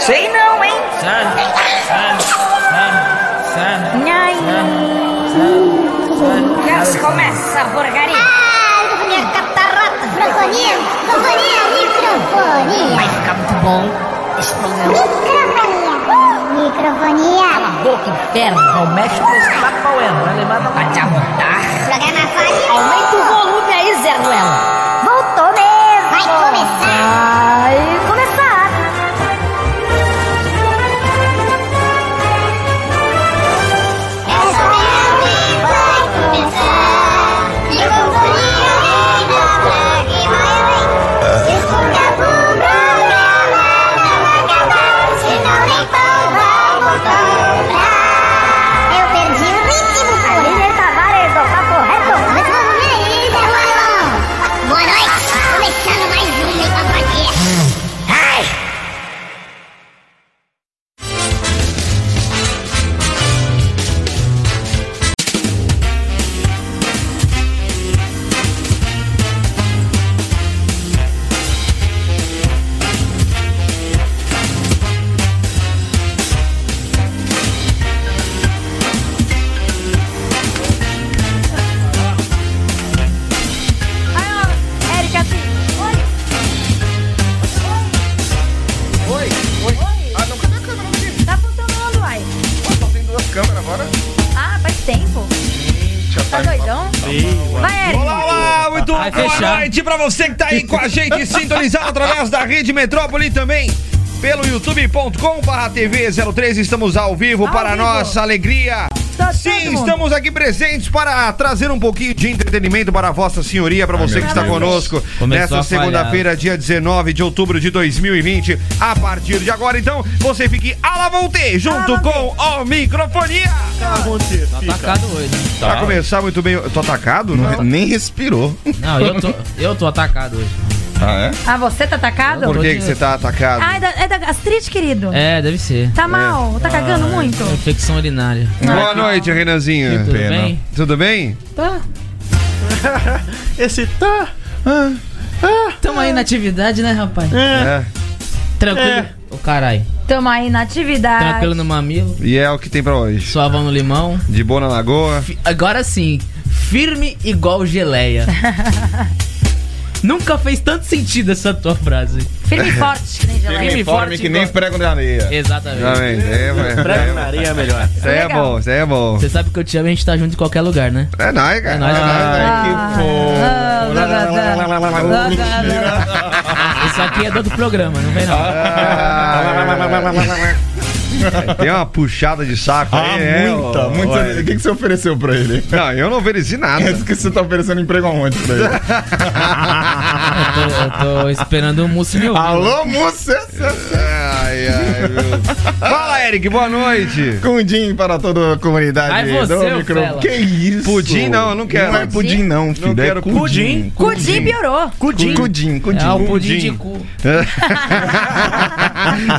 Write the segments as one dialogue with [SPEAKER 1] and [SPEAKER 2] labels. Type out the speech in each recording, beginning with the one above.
[SPEAKER 1] Sei não, hein?
[SPEAKER 2] San, san, san, san.
[SPEAKER 1] Ai.
[SPEAKER 2] San,
[SPEAKER 1] Já se
[SPEAKER 2] san, san.
[SPEAKER 1] começa essa porcaria.
[SPEAKER 3] Ai, eu vou minha catarata. Microfonia, microfonia, microfonia.
[SPEAKER 1] Vai ficar muito bom. é Explosão.
[SPEAKER 3] Microfonia. Microfonia.
[SPEAKER 1] Boca inferno.
[SPEAKER 2] Não mexe com esse
[SPEAKER 1] é,
[SPEAKER 2] tapaué, vai levar da
[SPEAKER 1] Vai te arrotar.
[SPEAKER 3] Programa Fácil.
[SPEAKER 1] Aumenta o volume aí, Zé Ruela.
[SPEAKER 3] Voltou mesmo. Vai começar.
[SPEAKER 1] Vai começar.
[SPEAKER 3] Essa viagem vai começar. Microfonia, microfonia, que vai bem. Escuta o programa, não acabar. Se não limpar, vai voltar pra... Eu perdi o ritmo, pô.
[SPEAKER 1] Líder Tavares, ó, tá correto?
[SPEAKER 3] Mas vamos ver aí, Zé Ruelão. Boa noite. Começando mais um Microfonia. Ai!
[SPEAKER 4] assim.
[SPEAKER 5] Oi, oi. Ah, não, cadê a câmera? Não tem.
[SPEAKER 4] Tá funcionando, uai.
[SPEAKER 5] Pô, só tem duas câmeras agora.
[SPEAKER 4] Ah, faz tempo.
[SPEAKER 5] Gente, a
[SPEAKER 4] Tá
[SPEAKER 5] time-
[SPEAKER 4] doidão? Vai, Eric.
[SPEAKER 6] Olá, olá, muito
[SPEAKER 2] Vai
[SPEAKER 6] boa
[SPEAKER 2] fechar.
[SPEAKER 6] noite pra você que tá aí com a gente sintonizado através da Rede Metrópole e também pelo youtube.com/barra TV 03 estamos ao vivo para
[SPEAKER 4] vivo.
[SPEAKER 6] nossa alegria.
[SPEAKER 4] Tá todo
[SPEAKER 6] Sim,
[SPEAKER 4] mundo.
[SPEAKER 6] estamos aqui presentes para trazer um pouquinho de entretenimento para a vossa senhoria, para você que está conosco
[SPEAKER 2] Começou a
[SPEAKER 6] nesta
[SPEAKER 2] falhar.
[SPEAKER 6] segunda-feira, dia 19 de outubro de 2020. A partir de agora, então, você fique à la vontade junto com o microfonia.
[SPEAKER 2] Atacado hoje.
[SPEAKER 6] Pra começar muito bem, eu tô atacado?
[SPEAKER 2] é
[SPEAKER 6] Não,
[SPEAKER 7] Nem respirou.
[SPEAKER 2] Não, eu tô, eu tô atacado hoje.
[SPEAKER 7] Ah, é?
[SPEAKER 4] Ah, você tá atacado?
[SPEAKER 6] Por que que você tá atacado?
[SPEAKER 4] Ah, é da, é da gastrite, querido.
[SPEAKER 2] É, deve ser.
[SPEAKER 4] Tá mal? Tá cagando
[SPEAKER 2] Ah,
[SPEAKER 4] muito?
[SPEAKER 2] Infecção urinária.
[SPEAKER 6] Boa noite, Renanzinho.
[SPEAKER 2] Ah, Tudo
[SPEAKER 7] pena.
[SPEAKER 2] bem?
[SPEAKER 6] Tudo bem?
[SPEAKER 8] Esse tá.
[SPEAKER 2] Tamo aí na atividade, né, rapaz?
[SPEAKER 6] É.
[SPEAKER 2] Tranquilo. é. Ô, caralho.
[SPEAKER 4] Tamo aí na atividade.
[SPEAKER 6] Tá
[SPEAKER 2] Tranquilo no mamilo,
[SPEAKER 6] E é o que tem pra hoje.
[SPEAKER 2] suavão no limão.
[SPEAKER 6] De boa na lagoa.
[SPEAKER 2] Fi- Agora sim, firme igual geleia. Nunca fez tanto sentido essa tua frase.
[SPEAKER 4] Firme e forte, que nem geleia.
[SPEAKER 2] Firme e
[SPEAKER 7] Uniforme que nem
[SPEAKER 2] igual-
[SPEAKER 7] prego na areia.
[SPEAKER 2] Exatamente.
[SPEAKER 6] Também. É,
[SPEAKER 8] Pra
[SPEAKER 6] é, é,
[SPEAKER 8] Maria é melhor.
[SPEAKER 6] isso aí é bom, isso aí é bom.
[SPEAKER 2] Você sabe que eu te amo e a gente tá junto em qualquer lugar, né?
[SPEAKER 6] É nóis,
[SPEAKER 2] É
[SPEAKER 6] cara.
[SPEAKER 2] nóis, né?
[SPEAKER 7] Ai, que fofo.
[SPEAKER 4] Ah, lá, lá, lá, lá, lá, lá,
[SPEAKER 2] ah,
[SPEAKER 4] lá, lá.
[SPEAKER 2] Isso aqui é do outro programa, não vem não.
[SPEAKER 6] Ah, é. Tem uma puxada de saco
[SPEAKER 7] Ah,
[SPEAKER 6] aí, é,
[SPEAKER 7] muita,
[SPEAKER 6] ô,
[SPEAKER 7] muita.
[SPEAKER 6] ué.
[SPEAKER 7] O que, que você ofereceu pra ele?
[SPEAKER 6] Não, eu não ofereci nada.
[SPEAKER 7] Parece que você tá oferecendo emprego aonde pra ele?
[SPEAKER 2] Eu tô, eu tô esperando um o Múcio me ouvir.
[SPEAKER 7] Alô, moça!
[SPEAKER 6] Ai, ai, meu. Fala, Eric, boa noite.
[SPEAKER 7] Pudim para toda a comunidade
[SPEAKER 2] Ai, você,
[SPEAKER 7] do
[SPEAKER 2] ô fela.
[SPEAKER 7] Que isso?
[SPEAKER 6] Pudim não, eu não quero.
[SPEAKER 7] Não é pudim não, filho.
[SPEAKER 6] quero
[SPEAKER 7] é cudim.
[SPEAKER 4] Cudim piorou.
[SPEAKER 7] Cudim. Cudim, cudim.
[SPEAKER 2] É o pudim de cu.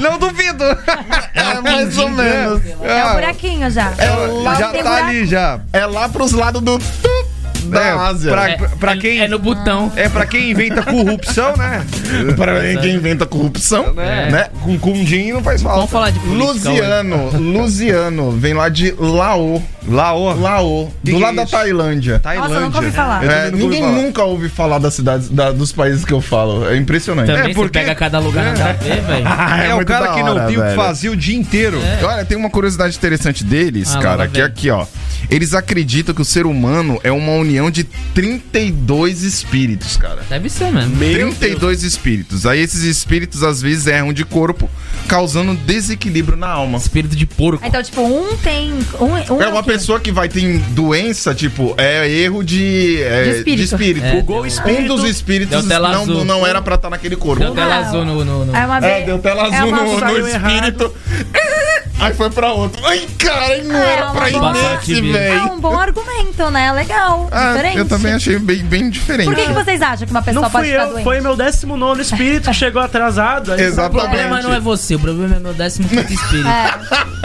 [SPEAKER 6] Não duvido. um
[SPEAKER 7] É mais ou menos.
[SPEAKER 4] É um
[SPEAKER 6] Ah,
[SPEAKER 4] buraquinho já.
[SPEAKER 7] lá
[SPEAKER 6] já
[SPEAKER 4] tem
[SPEAKER 6] tá
[SPEAKER 4] buraco.
[SPEAKER 6] ali, já.
[SPEAKER 7] É lá pros lados do... tu- Da
[SPEAKER 6] É,
[SPEAKER 7] Ásia.
[SPEAKER 6] pra-
[SPEAKER 2] É, é-
[SPEAKER 6] quem-
[SPEAKER 2] É no botão.
[SPEAKER 6] É pra quem inventa corrupção, né?
[SPEAKER 7] Para quem inventa corrupção,
[SPEAKER 2] É.
[SPEAKER 7] né?
[SPEAKER 6] Com cundim não faz falta.
[SPEAKER 2] Vamos falar de política hoje.
[SPEAKER 7] Luziano, Luziano, vem lá de Laô,
[SPEAKER 6] Laô,
[SPEAKER 7] Laô,
[SPEAKER 6] Que
[SPEAKER 7] do
[SPEAKER 6] que
[SPEAKER 7] lado
[SPEAKER 6] é
[SPEAKER 7] da
[SPEAKER 6] isso?
[SPEAKER 7] Tailândia.
[SPEAKER 6] Tailândia.
[SPEAKER 4] Nossa, eu nunca ouvi falar.
[SPEAKER 6] Eu
[SPEAKER 7] É,
[SPEAKER 6] também nunca ouvi
[SPEAKER 7] ninguém
[SPEAKER 6] falar.
[SPEAKER 7] nunca ouve falar das cidades, da- dos países que eu falo. É impressionante.
[SPEAKER 2] Também
[SPEAKER 6] É, porque-
[SPEAKER 2] você pega cada lugar nada a ver, velho.
[SPEAKER 7] Ah,
[SPEAKER 6] É, o
[SPEAKER 7] muito
[SPEAKER 6] cara
[SPEAKER 7] da
[SPEAKER 6] que não
[SPEAKER 7] hora,
[SPEAKER 6] tem o que
[SPEAKER 7] velho. É.
[SPEAKER 6] fazer o dia inteiro.
[SPEAKER 7] Olha, tem uma curiosidade interessante deles,
[SPEAKER 2] Ah, lá, lá
[SPEAKER 7] cara, que é
[SPEAKER 2] vem.
[SPEAKER 7] aqui, ó. Eles acreditam que o ser humano é uma união de 32 espíritos, cara.
[SPEAKER 2] Deve ser mesmo.
[SPEAKER 7] 32 espíritos. Aí esses espíritos às vezes erram de corpo, causando desequilíbrio na alma.
[SPEAKER 2] Espírito de porco.
[SPEAKER 4] Então, tipo, um tem. Um, um
[SPEAKER 7] É uma
[SPEAKER 4] o quê?
[SPEAKER 7] pessoa que vai ter doença, tipo, é erro de, é,
[SPEAKER 4] De espírito.
[SPEAKER 2] É,
[SPEAKER 7] Bugou o espírito. Um dos espíritos
[SPEAKER 2] Deu tela
[SPEAKER 7] não,
[SPEAKER 2] azul.
[SPEAKER 7] não era pra estar naquele corpo.
[SPEAKER 2] Deu tela azul no. no, no-
[SPEAKER 4] É uma
[SPEAKER 7] É,
[SPEAKER 4] vez.
[SPEAKER 7] deu tela
[SPEAKER 4] é
[SPEAKER 7] azul
[SPEAKER 4] uma-
[SPEAKER 7] no, no
[SPEAKER 4] saiu
[SPEAKER 7] espírito. Aí foi pra outro. Ai, cara, não
[SPEAKER 4] É
[SPEAKER 7] era
[SPEAKER 4] uma
[SPEAKER 7] pra ir
[SPEAKER 2] bosta.
[SPEAKER 7] nesse,
[SPEAKER 2] Bastante,
[SPEAKER 4] É
[SPEAKER 7] velho.
[SPEAKER 4] um bom argumento, né? Legal.
[SPEAKER 7] Ah,
[SPEAKER 4] diferente.
[SPEAKER 7] eu também achei É. bem, bem diferente.
[SPEAKER 4] Por que, que vocês acham que uma pessoa
[SPEAKER 8] Não
[SPEAKER 4] pode
[SPEAKER 8] fui
[SPEAKER 4] ficar
[SPEAKER 8] eu,
[SPEAKER 4] doente?
[SPEAKER 8] foi meu 19 espírito que chegou atrasado. Aí
[SPEAKER 7] Exatamente.
[SPEAKER 2] O problema não é você, o problema é meu 15 espírito.
[SPEAKER 4] É.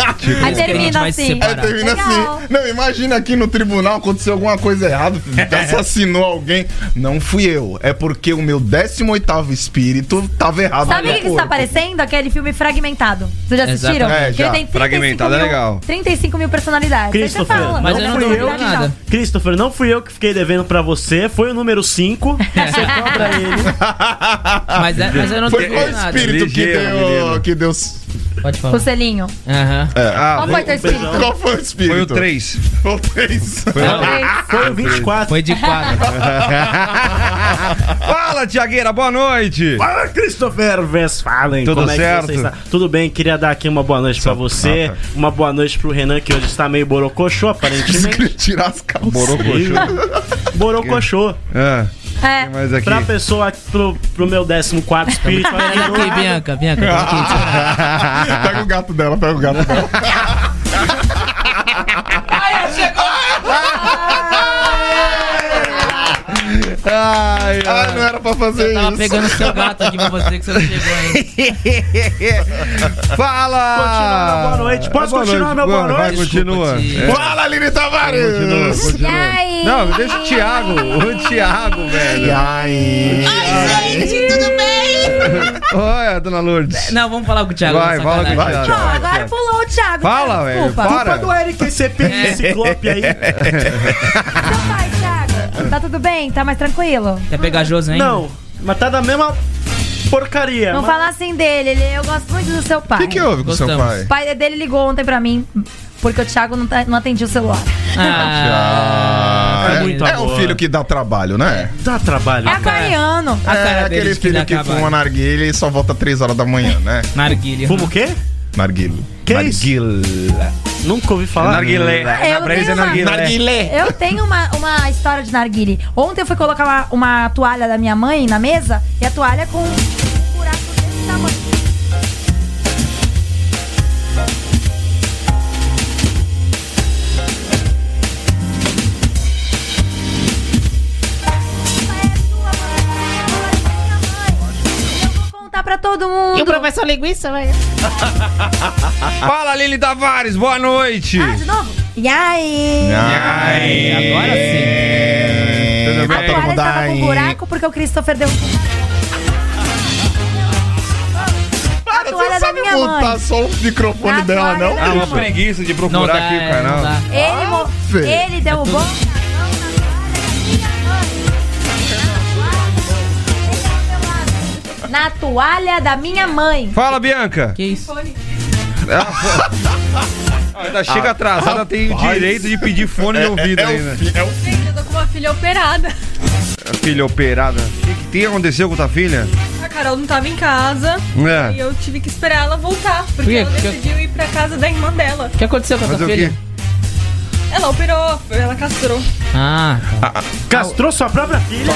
[SPEAKER 4] Aí
[SPEAKER 2] que a gente
[SPEAKER 4] termina
[SPEAKER 2] vai se
[SPEAKER 4] assim.
[SPEAKER 7] É,
[SPEAKER 2] separar.
[SPEAKER 7] termina
[SPEAKER 4] Legal.
[SPEAKER 7] assim. Não, imagina aqui no tribunal aconteceu alguma coisa errada, assassinou alguém. Não fui eu, é porque o meu 18º espírito tava errado.
[SPEAKER 4] Sabe o
[SPEAKER 7] no
[SPEAKER 4] que, que está
[SPEAKER 7] corpo.
[SPEAKER 4] parecendo? Aquele filme Fragmentado. Vocês já assistiram?
[SPEAKER 7] Exatamente. É,
[SPEAKER 4] Que
[SPEAKER 7] já.
[SPEAKER 4] ele tem 35
[SPEAKER 6] Fragmentado é
[SPEAKER 4] mil-
[SPEAKER 6] legal.
[SPEAKER 4] 35 mil personalidades. Aí você
[SPEAKER 8] Christopher,
[SPEAKER 4] fala,
[SPEAKER 8] mas
[SPEAKER 4] olha,
[SPEAKER 8] eu não
[SPEAKER 4] essa
[SPEAKER 8] tô
[SPEAKER 4] é a
[SPEAKER 8] vendo
[SPEAKER 4] verdade,
[SPEAKER 2] nada.
[SPEAKER 4] não.
[SPEAKER 8] Christopher, não fui eu que fiquei devendo pra você, foi o número 5. Você cobra ele.
[SPEAKER 2] Mas, é- mas eu não tô
[SPEAKER 7] Foi
[SPEAKER 6] qual
[SPEAKER 2] vendo
[SPEAKER 7] o
[SPEAKER 2] nada.
[SPEAKER 7] espírito
[SPEAKER 6] Ligeiro,
[SPEAKER 7] que deu.
[SPEAKER 6] menino.
[SPEAKER 7] Que deu... s-
[SPEAKER 2] Pode falar.
[SPEAKER 4] O selinho.
[SPEAKER 2] Aham.
[SPEAKER 6] Ah,
[SPEAKER 4] Qual foi o teu espírito?
[SPEAKER 8] beijão.
[SPEAKER 7] Qual foi o espírito?
[SPEAKER 6] foi o 3.
[SPEAKER 7] Foi o 3.
[SPEAKER 8] Foi o 24.
[SPEAKER 2] Foi de quadro.
[SPEAKER 6] Fala, Tiagueira, boa noite.
[SPEAKER 8] Fala, Ah, Christopher Westphalen.
[SPEAKER 6] Tudo
[SPEAKER 8] Como é
[SPEAKER 6] certo?
[SPEAKER 8] que você está? Tudo bem, queria dar aqui uma boa noite pra você.
[SPEAKER 6] Ah, tá.
[SPEAKER 8] Uma boa noite pro Renan, que hoje está meio borocochô, aparentemente.
[SPEAKER 7] Tirar as calças.
[SPEAKER 8] borocochô.
[SPEAKER 6] Ah,
[SPEAKER 4] É.
[SPEAKER 6] mas aqui.
[SPEAKER 8] Pra pessoa, pro, pro meu
[SPEAKER 6] É
[SPEAKER 8] 14 espírito. aí,
[SPEAKER 2] Pera aqui, Bianca, Bianca.
[SPEAKER 6] Ah,
[SPEAKER 2] pera aqui.
[SPEAKER 7] pega o gato dela, pega o gato dela.
[SPEAKER 6] Ai,
[SPEAKER 7] Ah, não era pra fazer
[SPEAKER 2] Tava
[SPEAKER 7] isso.
[SPEAKER 2] pegando seu gato aqui pra você que você não chegou ainda.
[SPEAKER 6] Fala! É,
[SPEAKER 8] Continuando, boa noite. Posso continuar, meu boa
[SPEAKER 6] Vai,
[SPEAKER 8] noite?
[SPEAKER 6] continua.
[SPEAKER 2] Desculpa,
[SPEAKER 6] É,
[SPEAKER 7] Fala, Lili Tavares!
[SPEAKER 6] continua, continua.
[SPEAKER 4] Ai.
[SPEAKER 6] Não, deixa o Thiago. O Thiago,
[SPEAKER 7] E
[SPEAKER 6] velho.
[SPEAKER 7] aí?
[SPEAKER 6] Olha, dona Lourdes.
[SPEAKER 2] Não, vamos falar com o Thiago.
[SPEAKER 6] Vai,
[SPEAKER 2] é
[SPEAKER 6] fala com o
[SPEAKER 4] Bom,
[SPEAKER 2] sacanagem.
[SPEAKER 6] Thiago.
[SPEAKER 4] agora pulou o Thiago.
[SPEAKER 6] Fala,
[SPEAKER 4] Thiago,
[SPEAKER 6] velho,
[SPEAKER 4] Desculpa.
[SPEAKER 6] fala.
[SPEAKER 8] Culpa do Eric RCP
[SPEAKER 6] É.
[SPEAKER 8] e Ciclope aí.
[SPEAKER 4] Então vai, Thiago. Tá tudo bem? Tá mais tranquilo?
[SPEAKER 2] Quer pegar Josi ainda?
[SPEAKER 8] Não, mas tá da mesma porcaria.
[SPEAKER 4] Não
[SPEAKER 8] mas-
[SPEAKER 4] fala assim dele. ele- eu gosto muito do seu pai.
[SPEAKER 7] O que, que houve com seu
[SPEAKER 2] Gostamos.
[SPEAKER 7] pai?
[SPEAKER 4] O pai dele ligou ontem pra mim, porque o Thiago não, tá- não atendia o celular.
[SPEAKER 2] Ah,
[SPEAKER 7] Ah,
[SPEAKER 8] É
[SPEAKER 7] é,
[SPEAKER 8] muito
[SPEAKER 7] é
[SPEAKER 8] amor.
[SPEAKER 7] um filho que dá trabalho, né?
[SPEAKER 8] Dá trabalho.
[SPEAKER 4] É aquariano.
[SPEAKER 2] a cara
[SPEAKER 7] é
[SPEAKER 2] dele
[SPEAKER 7] aquele
[SPEAKER 2] de
[SPEAKER 7] filho que,
[SPEAKER 2] dá trabalho.
[SPEAKER 7] fuma narguilha e só volta 3 horas da manhã, né?
[SPEAKER 2] Narguilha.
[SPEAKER 8] Como o quê?
[SPEAKER 7] Narguilho.
[SPEAKER 8] Que é isso? Nunca ouvi falar.
[SPEAKER 6] Narguilé.
[SPEAKER 4] Eu tenho uma-
[SPEAKER 7] é Narguilé!
[SPEAKER 4] Eu tenho uma, uma história de narguile. Ontem eu fui colocar uma, uma toalha da minha mãe na mesa e a toalha com um buraco desse tamanho. Essa é sua, mãe. Essa é minha mãe. Eu vou contar Pra todo mundo.
[SPEAKER 6] Fala, Lili Tavares, boa noite.
[SPEAKER 4] Ah, de novo? E aí?
[SPEAKER 7] Ai,
[SPEAKER 2] Agora sim.
[SPEAKER 7] Ah, é. Tudo
[SPEAKER 4] A
[SPEAKER 7] bem?
[SPEAKER 4] toalha estava com
[SPEAKER 7] Ai.
[SPEAKER 4] um buraco porque o Christopher deu
[SPEAKER 7] Cara,
[SPEAKER 4] toalha da
[SPEAKER 7] você sabe
[SPEAKER 4] minha
[SPEAKER 7] botar
[SPEAKER 4] mãe.
[SPEAKER 7] só o
[SPEAKER 4] A
[SPEAKER 7] microfone dela,
[SPEAKER 4] toalha
[SPEAKER 7] não?
[SPEAKER 4] da
[SPEAKER 6] Ah, uma
[SPEAKER 4] minha mãe.
[SPEAKER 6] preguiça de
[SPEAKER 2] Não
[SPEAKER 6] procurar
[SPEAKER 2] dá,
[SPEAKER 6] aqui o
[SPEAKER 2] é, não
[SPEAKER 6] canal.
[SPEAKER 2] dá.
[SPEAKER 4] Ele, mo-
[SPEAKER 7] Fê.
[SPEAKER 4] ele deu o bom cartão na toalha da minha mãe. Na toalha da minha mãe.
[SPEAKER 6] Fala, Bianca.
[SPEAKER 2] Que isso?
[SPEAKER 6] Ainda chega atrasada, tem o direito de pedir fone de ouvido né?
[SPEAKER 7] É,
[SPEAKER 6] ainda.
[SPEAKER 7] o fi- é o fi-
[SPEAKER 9] Gente, eu tô com uma filha operada.
[SPEAKER 6] Filha operada. O que, que tem aconteceu com tua filha?
[SPEAKER 9] A Carol não tava em casa e
[SPEAKER 6] É.
[SPEAKER 9] eu tive que esperar ela voltar, porque
[SPEAKER 2] quê?
[SPEAKER 9] ela
[SPEAKER 2] Que-
[SPEAKER 9] decidiu ir pra casa da irmã dela.
[SPEAKER 2] O que aconteceu com a
[SPEAKER 6] Fazer
[SPEAKER 2] tua
[SPEAKER 6] o quê?
[SPEAKER 2] filha?
[SPEAKER 9] Ela operou, ela castrou.
[SPEAKER 2] Ah, tá.
[SPEAKER 8] Castrou sua própria filha.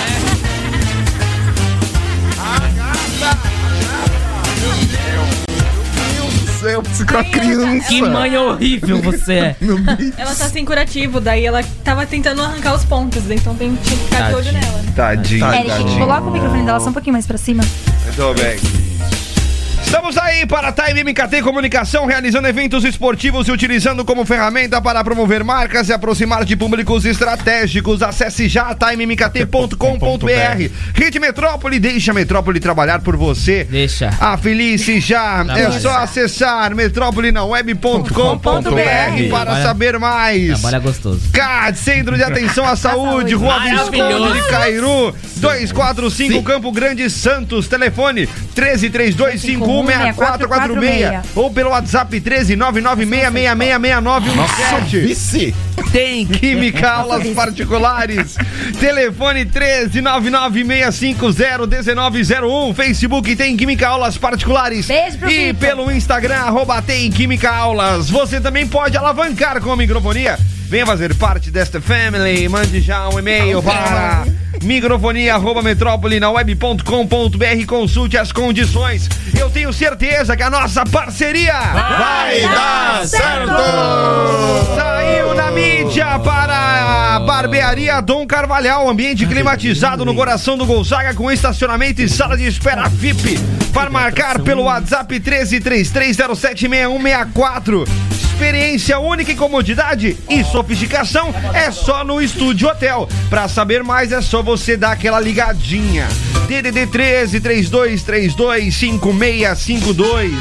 [SPEAKER 7] Céu, você com a é criança.
[SPEAKER 2] que mãe horrível você é.
[SPEAKER 7] Meu Deus.
[SPEAKER 9] Ela tá sem curativo, daí ela tava tentando arrancar os pontos, daí então tem tinha que ficar de olho
[SPEAKER 2] Tadinha.
[SPEAKER 9] nela. né?
[SPEAKER 6] Tadinho.
[SPEAKER 7] Tá,
[SPEAKER 4] Eric,
[SPEAKER 7] tadinho.
[SPEAKER 4] coloca o microfone dela só um pouquinho mais pra cima.
[SPEAKER 6] Muito bem. Estamos aí para a Time MKT Comunicação, realizando eventos esportivos e utilizando como ferramenta para promover marcas e aproximar de públicos estratégicos. Acesse já timemkt.com.br. Rede Metrópole, deixa a Metrópole trabalhar por você.
[SPEAKER 2] Deixa.
[SPEAKER 6] Ah, Afilice já. É
[SPEAKER 2] Trabalha.
[SPEAKER 6] só acessar metrópolenaweb.com.br para
[SPEAKER 2] Trabalha.
[SPEAKER 6] saber mais.
[SPEAKER 2] Trabalha é gostoso.
[SPEAKER 6] CAD, Centro de Atenção à Saúde, Rua Visconde de
[SPEAKER 2] Maravilhoso.
[SPEAKER 6] Cairu, 245 Campo Grande, Santos, telefone 1332516446 ou pelo WhatsApp 13996666917.
[SPEAKER 7] Vice.
[SPEAKER 6] Tem Química Aulas Particulares, telefone 13996501901, Facebook tem Química Aulas Particulares
[SPEAKER 4] Beijo pro
[SPEAKER 6] e
[SPEAKER 4] Vitor.
[SPEAKER 6] pelo Instagram, arroba tem Química Aulas. Você também pode
[SPEAKER 4] Então,
[SPEAKER 6] alavancar com a microfonia. Venha fazer parte desta family. Mande já um e-mail para Microfonia arroba metrópole na web.com.br. Consulte as condições. Eu tenho certeza que a nossa parceria
[SPEAKER 7] Vai
[SPEAKER 4] Tá
[SPEAKER 7] dar certo!
[SPEAKER 6] saiu na mídia para a barbearia Dom Carvalhal, ambiente climatizado no coração do Gonzaga com estacionamento e sala de espera VIP. Para marcar pelo WhatsApp 1333076164. Experiência única e comodidade e sofisticação é só no Estúdio Hotel. Para saber mais é só você dar aquela ligadinha. DDD 13 3232 5652.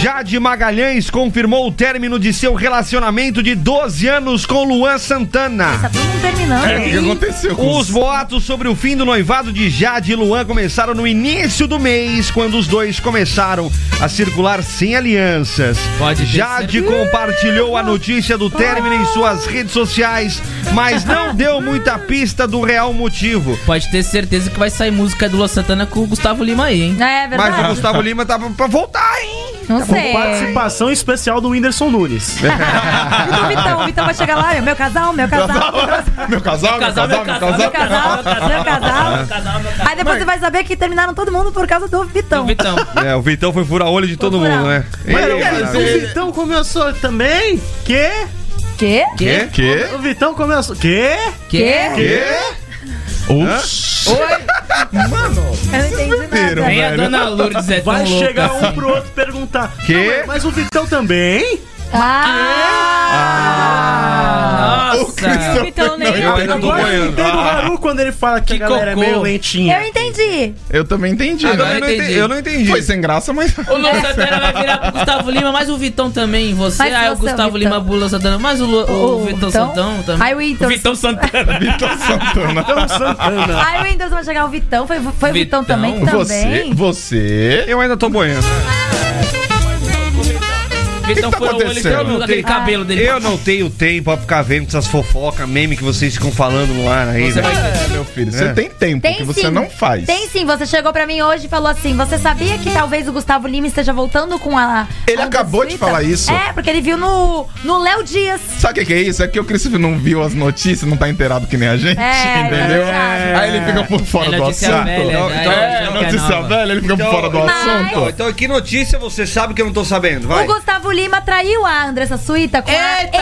[SPEAKER 6] Jade Magalhães confirmou o término de seu relacionamento de 12 anos com Luan
[SPEAKER 4] Tá
[SPEAKER 6] Santana.
[SPEAKER 4] todo mundo terminando.
[SPEAKER 7] É, o que aconteceu com
[SPEAKER 6] Os boatos sobre o fim do noivado de Jade e Luan começaram no início do mês, quando os dois começaram a circular sem alianças.
[SPEAKER 2] Pode ter
[SPEAKER 6] Jade compartilhou a notícia do término em suas redes sociais, mas não deu muita pista do real motivo.
[SPEAKER 2] Pode ter certeza que vai sair música do Lua Santana com o Gustavo Lima aí, hein?
[SPEAKER 4] É
[SPEAKER 6] Mas o
[SPEAKER 4] verdade.
[SPEAKER 6] Gustavo Lima tá pra- pra voltar, hein?
[SPEAKER 8] Tá
[SPEAKER 4] Não sei.
[SPEAKER 8] Participação especial do Whindersson Nunes.
[SPEAKER 4] O Vitão, o Vitão vai chegar lá. Meu casal, meu casal. meu casal.
[SPEAKER 7] Meu casal, meu casal, meu casal.
[SPEAKER 4] Meu casal, meu casal, meu casal.
[SPEAKER 2] Casal, meu
[SPEAKER 4] Aí depois você vai saber que terminaram todo mundo por causa do Vitão.
[SPEAKER 2] Vitão.
[SPEAKER 6] É, o Vitão foi furar olho de todo
[SPEAKER 4] furar.
[SPEAKER 6] mundo, né?
[SPEAKER 8] Mano,
[SPEAKER 6] Ei,
[SPEAKER 8] o Vitão começou também? Quê?
[SPEAKER 4] Quê?
[SPEAKER 2] Quê?
[SPEAKER 7] Quê?
[SPEAKER 8] O Vitão começou. Quê?
[SPEAKER 4] Quê? Eu não entendi
[SPEAKER 7] Perderam,
[SPEAKER 4] nada.
[SPEAKER 2] Nem a
[SPEAKER 7] velho.
[SPEAKER 2] dona Lourdes é tão
[SPEAKER 8] Vai
[SPEAKER 2] louca
[SPEAKER 8] chegar
[SPEAKER 2] assim.
[SPEAKER 8] um pro outro perguntar.
[SPEAKER 6] Quê?
[SPEAKER 8] "Não, é, mas o Vitão também?
[SPEAKER 4] Ah!
[SPEAKER 7] O
[SPEAKER 2] Nossa!
[SPEAKER 7] Cristiano
[SPEAKER 9] Então,
[SPEAKER 7] não,
[SPEAKER 9] nem
[SPEAKER 7] eu
[SPEAKER 6] ainda
[SPEAKER 7] entendi.
[SPEAKER 6] tô
[SPEAKER 8] Agora eu
[SPEAKER 6] boiando.
[SPEAKER 8] entendo o Haru quando ele fala que,
[SPEAKER 2] Que
[SPEAKER 8] a galera
[SPEAKER 2] cocô.
[SPEAKER 8] é meio
[SPEAKER 4] Eu
[SPEAKER 8] lentinha.
[SPEAKER 4] entendi.
[SPEAKER 7] Eu também entendi,
[SPEAKER 2] Agora
[SPEAKER 6] Eu
[SPEAKER 7] né?
[SPEAKER 6] não entendi. Eu não entendi.
[SPEAKER 7] Foi sem graça, mas.
[SPEAKER 2] O Lua Santana vai virar pro Gustavo Lima, mas o Vitão também, você.
[SPEAKER 4] Mas
[SPEAKER 2] aí o
[SPEAKER 4] você,
[SPEAKER 2] Gustavo
[SPEAKER 4] Vitão.
[SPEAKER 2] Lima bula Santana, mas o, Lu- o
[SPEAKER 4] O
[SPEAKER 2] Vitão
[SPEAKER 4] Vitão?
[SPEAKER 2] Santana também.
[SPEAKER 4] Ai, o Vitão.
[SPEAKER 2] Vitão Santana.
[SPEAKER 7] Vitor Santana.
[SPEAKER 8] Então, Santana.
[SPEAKER 4] Aí o Windows vai chegar o Vitão. Foi, foi o Vitão
[SPEAKER 2] Vitão.
[SPEAKER 4] também?
[SPEAKER 7] Você,
[SPEAKER 4] Então Também.
[SPEAKER 7] você.
[SPEAKER 6] é, Eu ainda tô boiando.
[SPEAKER 2] Vitão
[SPEAKER 7] tá
[SPEAKER 2] furou o olho e
[SPEAKER 7] acontecendo?
[SPEAKER 2] todo mundo, aquele cabelo dele.
[SPEAKER 6] Eu não tenho tempo pra ficar vendo essas fofocas, meme que vocês ficam falando no ar aí,
[SPEAKER 2] Você
[SPEAKER 6] velho.
[SPEAKER 2] vai
[SPEAKER 7] É, meu filho,
[SPEAKER 6] É.
[SPEAKER 7] você tem tempo que você não faz.
[SPEAKER 4] Tem sim, você chegou pra mim hoje e falou assim: você sabia que talvez o Gustavo Lima esteja voltando com a.
[SPEAKER 7] Ele
[SPEAKER 4] a
[SPEAKER 7] acabou de
[SPEAKER 4] Frita?"
[SPEAKER 7] falar isso.
[SPEAKER 4] É, porque ele viu no no Léo Dias.
[SPEAKER 7] Sabe o que, que é isso? É que o Chris não viu as notícias, não tá inteirado que nem a gente,
[SPEAKER 4] É,
[SPEAKER 7] entendeu?
[SPEAKER 4] é.
[SPEAKER 7] Aí ele fica por fora
[SPEAKER 2] É
[SPEAKER 7] do
[SPEAKER 2] notícia
[SPEAKER 7] assunto.
[SPEAKER 2] velha,
[SPEAKER 7] Então-
[SPEAKER 2] né?
[SPEAKER 7] então-
[SPEAKER 2] É,
[SPEAKER 7] é,
[SPEAKER 2] não é
[SPEAKER 7] notícia
[SPEAKER 2] nova.
[SPEAKER 7] velha, ele fica
[SPEAKER 6] Então-
[SPEAKER 7] por fora do
[SPEAKER 6] Mas- Pô,
[SPEAKER 7] assunto.
[SPEAKER 6] então que notícia você sabe que eu não tô sabendo, vai.
[SPEAKER 4] O Gustavo Lima traiu a Andressa Suíta com
[SPEAKER 2] Eita,
[SPEAKER 4] a ex
[SPEAKER 6] É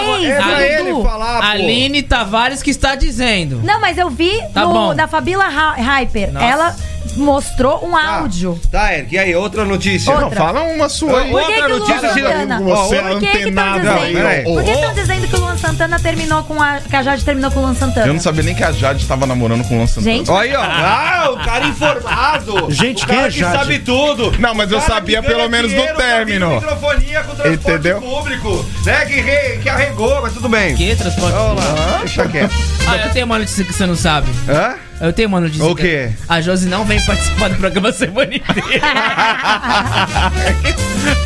[SPEAKER 4] do
[SPEAKER 6] pra ele
[SPEAKER 4] Dudu.
[SPEAKER 6] falar, pô.
[SPEAKER 2] Aline Tavares que está dizendo.
[SPEAKER 4] Não, mas eu vi
[SPEAKER 2] Tá
[SPEAKER 4] no-
[SPEAKER 2] bom.
[SPEAKER 4] da Fabila Ra- Hyper.
[SPEAKER 2] Nossa.
[SPEAKER 4] Ela mostrou um
[SPEAKER 7] Ah.
[SPEAKER 6] Tá,
[SPEAKER 4] áudio.
[SPEAKER 6] Tá, Eric, e aí, outra notícia?
[SPEAKER 4] Outra.
[SPEAKER 7] Não, fala uma sua aí.
[SPEAKER 4] Por que,
[SPEAKER 6] Outra
[SPEAKER 4] que o Luan
[SPEAKER 6] notícia,
[SPEAKER 4] Santana?
[SPEAKER 7] Silvio, você né?
[SPEAKER 4] Por que que tão
[SPEAKER 7] antenado
[SPEAKER 6] aí,
[SPEAKER 4] dizendo?
[SPEAKER 6] ó.
[SPEAKER 4] Por
[SPEAKER 7] Oh.
[SPEAKER 4] que estão dizendo que o Luan Santana terminou com a. Que a Jade terminou com o Luan Santana?
[SPEAKER 7] Eu não sabia nem que a Jade tava namorando com o Luan Santana.
[SPEAKER 4] Gente,
[SPEAKER 6] Olha aí, ó. Ah, o cara informado.
[SPEAKER 8] Gente,
[SPEAKER 6] o cara
[SPEAKER 8] quem é
[SPEAKER 6] que
[SPEAKER 8] Jade?
[SPEAKER 6] sabe tudo.
[SPEAKER 7] Não, mas eu
[SPEAKER 6] O cara
[SPEAKER 7] sabia
[SPEAKER 6] que ganha
[SPEAKER 7] pelo menos do
[SPEAKER 6] dinheiro fazendo
[SPEAKER 7] término.
[SPEAKER 6] microfonia com o transporte
[SPEAKER 7] Entendeu?
[SPEAKER 6] público, né? Que, re, que arregou, mas tudo bem.
[SPEAKER 2] Que transporte.
[SPEAKER 6] Vamos lá, deixa quieto.
[SPEAKER 2] Ah, eu tenho uma notícia que você não sabe.
[SPEAKER 6] Hã?
[SPEAKER 2] Eu tenho uma notícia.
[SPEAKER 6] O
[SPEAKER 2] que-
[SPEAKER 6] quê?
[SPEAKER 2] A Josi não vem participar do programa a semana inteira.